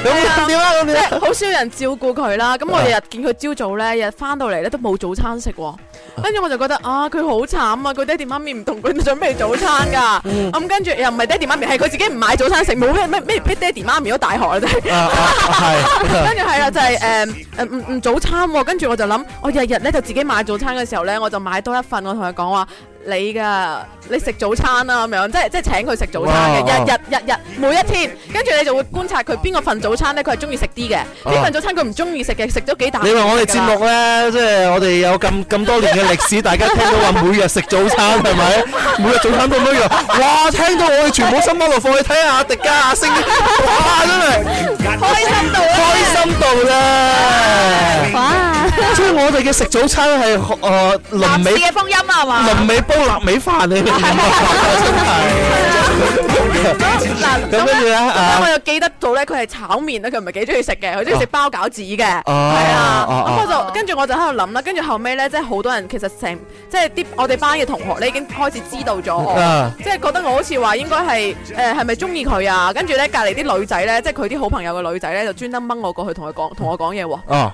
S3: 咁點啊？咁點啊？
S5: 好少有人照顧佢啦，咁我日日見佢朝早咧，日日翻到嚟咧都冇早餐食喎，跟住我就覺得啊，佢好慘啊！佢爹哋媽咪唔同佢準備早餐噶，咁跟住又唔係爹哋媽咪，係佢自己唔買早餐食，冇咩咩咩咩爹哋媽咪都大學啦，真
S3: 啊
S5: 係。跟住係啦，就係誒誒唔唔早餐喎，跟住我就諗，我日日咧就自己買早餐嘅時候咧，我就買多一份，我同佢講話。你噶，你食早餐啦咁樣，即係即係請佢食早餐嘅，
S6: 哇
S3: 哦
S5: 日日日日每一天，跟住你就會觀察佢邊個份早餐咧，佢係中意食啲嘅，邊份早餐佢唔中意食嘅，食咗幾啖。
S3: 你話哦我哋節目咧，即係我哋有咁咁多年嘅歷史，大家聽到話每日食早餐係咪？每日早餐都唔一樣，哇！聽到我哋全部心安怒放，你睇下阿迪加阿星，哇！真係開心到開心到咧！
S10: 哇！
S3: 即係我哋嘅食早餐係誒臨尾
S4: 男士嘅福音啊係嘛
S3: 臨尾煲臘味飯你明唔明啊？真係。 咁跟住咧
S5: 咁我
S3: 啊哦
S5: 又記得到咧，佢係炒麵咧，佢唔係幾中意食嘅，佢中意食包餃子嘅。
S6: 哦
S3: 啊
S5: 咁我
S3: 啊！
S5: 就跟住我就喺度諗啦，跟住後尾咧，即係好多人其實成即係啲我哋班嘅同學咧已經開始知道咗我
S6: 啊，
S5: 即係覺得我好似話應該係誒係咪中意佢啊？跟住咧隔離啲女仔咧，即係佢啲好朋友嘅女仔咧，就專登掹我過去同佢
S6: 嗯
S5: 講同我講嘢喎。
S3: 哦。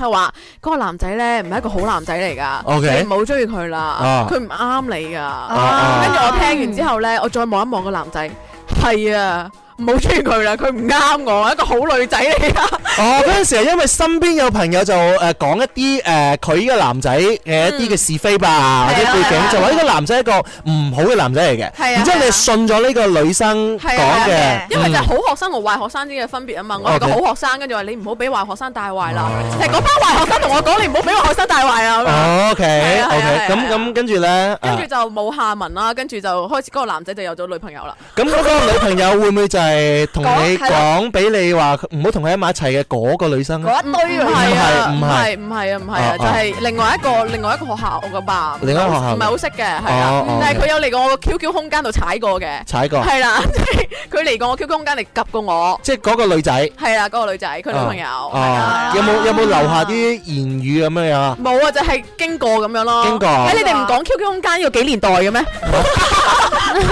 S5: 佢話嗰個男仔咧唔係一個好男仔嚟噶
S3: OK
S5: 你唔好追佢啦
S6: 啊，
S5: 佢唔啱你噶。
S6: 啊
S5: 跟住我聽完之後咧，我再望一望個男仔，係啊，唔好追佢啦，佢唔啱我，一個好女仔嚟噶。
S3: 哦，嗰陣時係因為身邊有朋友就誒講一啲誒佢呢個男仔嘅一啲嘅是非
S5: 嗯
S3: 吧，或者背景，就話呢個男仔係一個唔好嘅男仔嚟嘅。
S5: 啊係啊
S3: 然之後你信咗呢個女生講
S5: 係啊，
S3: 嘅，
S5: 因為就係
S3: 嗯
S5: 好學生同壞學生之間嘅分別啊嘛。我係個
S3: OK 嗯
S5: 好學生，跟住話你唔好俾壞學生帶壞啦。係嗰班壞學生同我講，你唔好俾壞學生帶壞啊咁
S3: 哦
S5: 樣。係
S3: OK
S5: 啊係啊
S3: OK，咁咁跟住咧，
S5: 跟住
S3: 啊
S5: 就冇下文啦，跟住就開始嗰個男仔就有咗女朋友啦。
S3: 咁嗰個女朋友會唔會就係同你
S5: 講係咯
S3: 講俾你話唔好同佢喺埋一齊嘅嗰個女生啊？
S5: 一堆
S3: 唔
S5: 係啊，
S3: 係唔
S5: 嗯唔
S3: 係
S5: 係唔係啊，唔係啊，
S3: 哦
S5: 就係另外一個另外一個學校嘅吧，
S3: 另一個學校
S5: 唔係好識嘅，係
S3: 哦哦
S5: 啊，但係佢有嚟過我個 QQ 空間度踩過嘅，
S3: 踩過
S5: 係啦，即係佢嚟過我 QQ 空間嚟及過我，
S3: 即係嗰個女仔，
S5: 係啦，嗰個女仔佢女朋友，啊
S3: 哦哦有冇有冇留下啲言語咁樣樣啊？
S5: 冇啊，就係經過咁樣咯，
S3: 經過
S5: 誒你哋唔講 QQ 空間要幾年代嘅咩？
S3: 你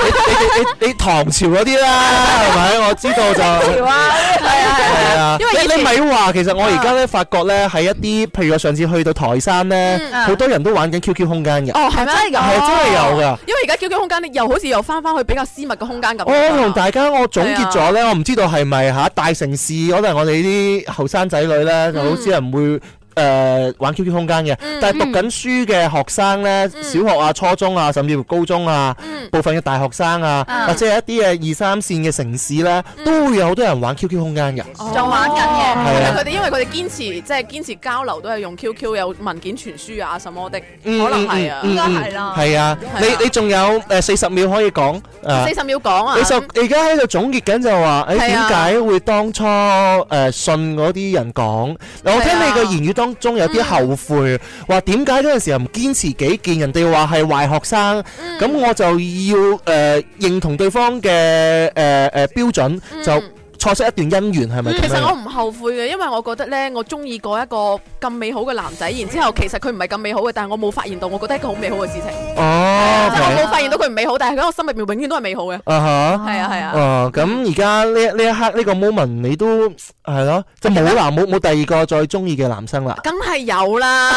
S3: 你你唐朝嗰啲啦，係咪？我知道就。
S5: 潮啊，
S3: 係啊，
S5: 因為以
S3: 你
S5: 前
S3: 你咪話，其實我而家咧發覺咧喺一啲，譬如我上次去到台山咧，
S5: 嗯
S3: 好多人都玩緊 QQ 空間嘅。
S5: 哦，係咩？
S3: 係啊真係有噶。
S5: 因為而家 QQ 空間咧，又好似又翻翻去比較私密嘅空間咁。
S3: 我同大家我總結咗咧，我唔知道啊係啊咪嚇大城市可能我哋啲後生仔女咧就好少人會誒、玩 QQ 空間嘅，但係讀緊書嘅學生咧，小學啊、初中啊，甚至乎高中啊，部分嘅大學生啊，嗯或者係一啲嘅二三線嘅城市咧，都會有好多人玩 QQ 空間嘅。
S5: 仲玩緊嘅，
S3: 係啊
S5: 佢哋因為佢哋堅持即係堅持交流都係用 QQ 有文件傳輸啊什麼的，可
S3: 嗯
S5: 能係啊，
S3: 嗯嗯嗯係啊，你你仲有誒四十秒可以講呃誒
S5: 四十秒講啊，
S3: 你就你而家喺度總結緊就話，誒
S5: 係
S3: 點
S5: 啊啊
S3: 解會當初誒信嗰啲人講？我聽你個言語當當中有啲後
S5: 嗯
S3: 悔，話點解嗰陣時候唔堅持己見，人哋話係壞學生，
S5: 嗯
S3: 咁我就要誒、呃、認同對方嘅誒誒標準，就錯失一段姻緣，係咪咁樣？
S5: 嗯其實我唔後悔嘅，因為我覺得呢，我中意過一個咁美好嘅男仔，然之後其實佢唔係咁美好嘅，但係我冇發現到，我覺得係一個好美好嘅事情。
S3: 哦
S5: 即係啊我冇發現到佢唔美好，但係喺我心入面永遠都係美好嘅。
S3: 啊哈，
S5: 係啊係啊
S3: 哦，咁而家呢呢一刻呢個 moment 你都係咯，就冇男冇冇第二個再中意嘅男生啦。
S5: 梗係有啦，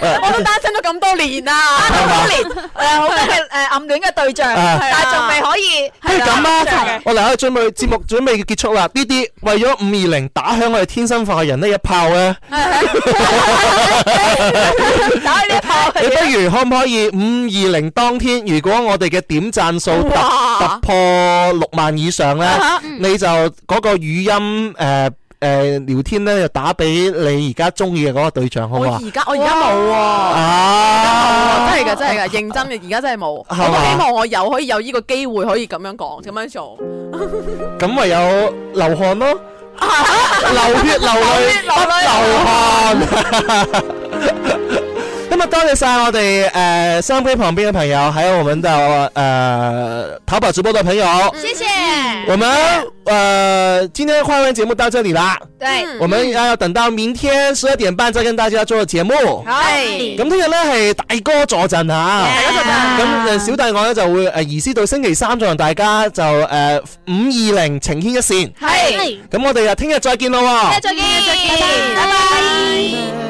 S5: 我都單身咗咁多年啦，
S4: 多年
S5: Ờ,
S4: 誒好多嘅誒暗戀嘅對象，
S3: 啊
S5: à.
S4: 但係仲未可以
S3: 不如
S4: 係啦
S3: 咁
S4: 對象
S3: 啦
S4: 嘅，
S3: 我哋喺準備節目準備結束啦。呢啲為咗五二零打響我哋天生化學人呢一炮咧，
S4: 打開呢一炮，
S3: 你不如可唔可以五二零當天，如果我哋嘅點讚數突突破六萬以上咧
S5: 啊哈，
S3: 你就嗰個語音誒誒聊天咧，就打俾你而家中意嘅嗰個對象，好唔好啊？
S5: 而家我而家冇喎。
S3: 啊！
S5: 真係㗎，真係㗎，認真嘅，而家真係冇。我
S3: 係嘛
S5: 都希望我有可以有呢個機會可以咁樣講，咁樣做。
S3: 咁唯有流汗咯，流血流淚
S5: 流
S3: 不流汗。 咁啊，多謝晒我哋誒收音機旁邊嘅朋友，還有我們的誒淘寶直播的朋友。
S4: 謝謝。
S3: 我們呃，今天的快問節目到這裡啦，
S4: 對，
S3: 我們要等到明天十二點半再跟大家做節目。
S4: 係
S3: 咁聽日咧係大哥坐陣嚇，
S4: Yeah
S3: 咁誒小弟我咧就會誒移師到星期三，再同大家就誒五二零情牽一線。
S4: 係，
S3: 啊咁我哋就聽日再見咯喎。
S4: 再見，再見，拜拜。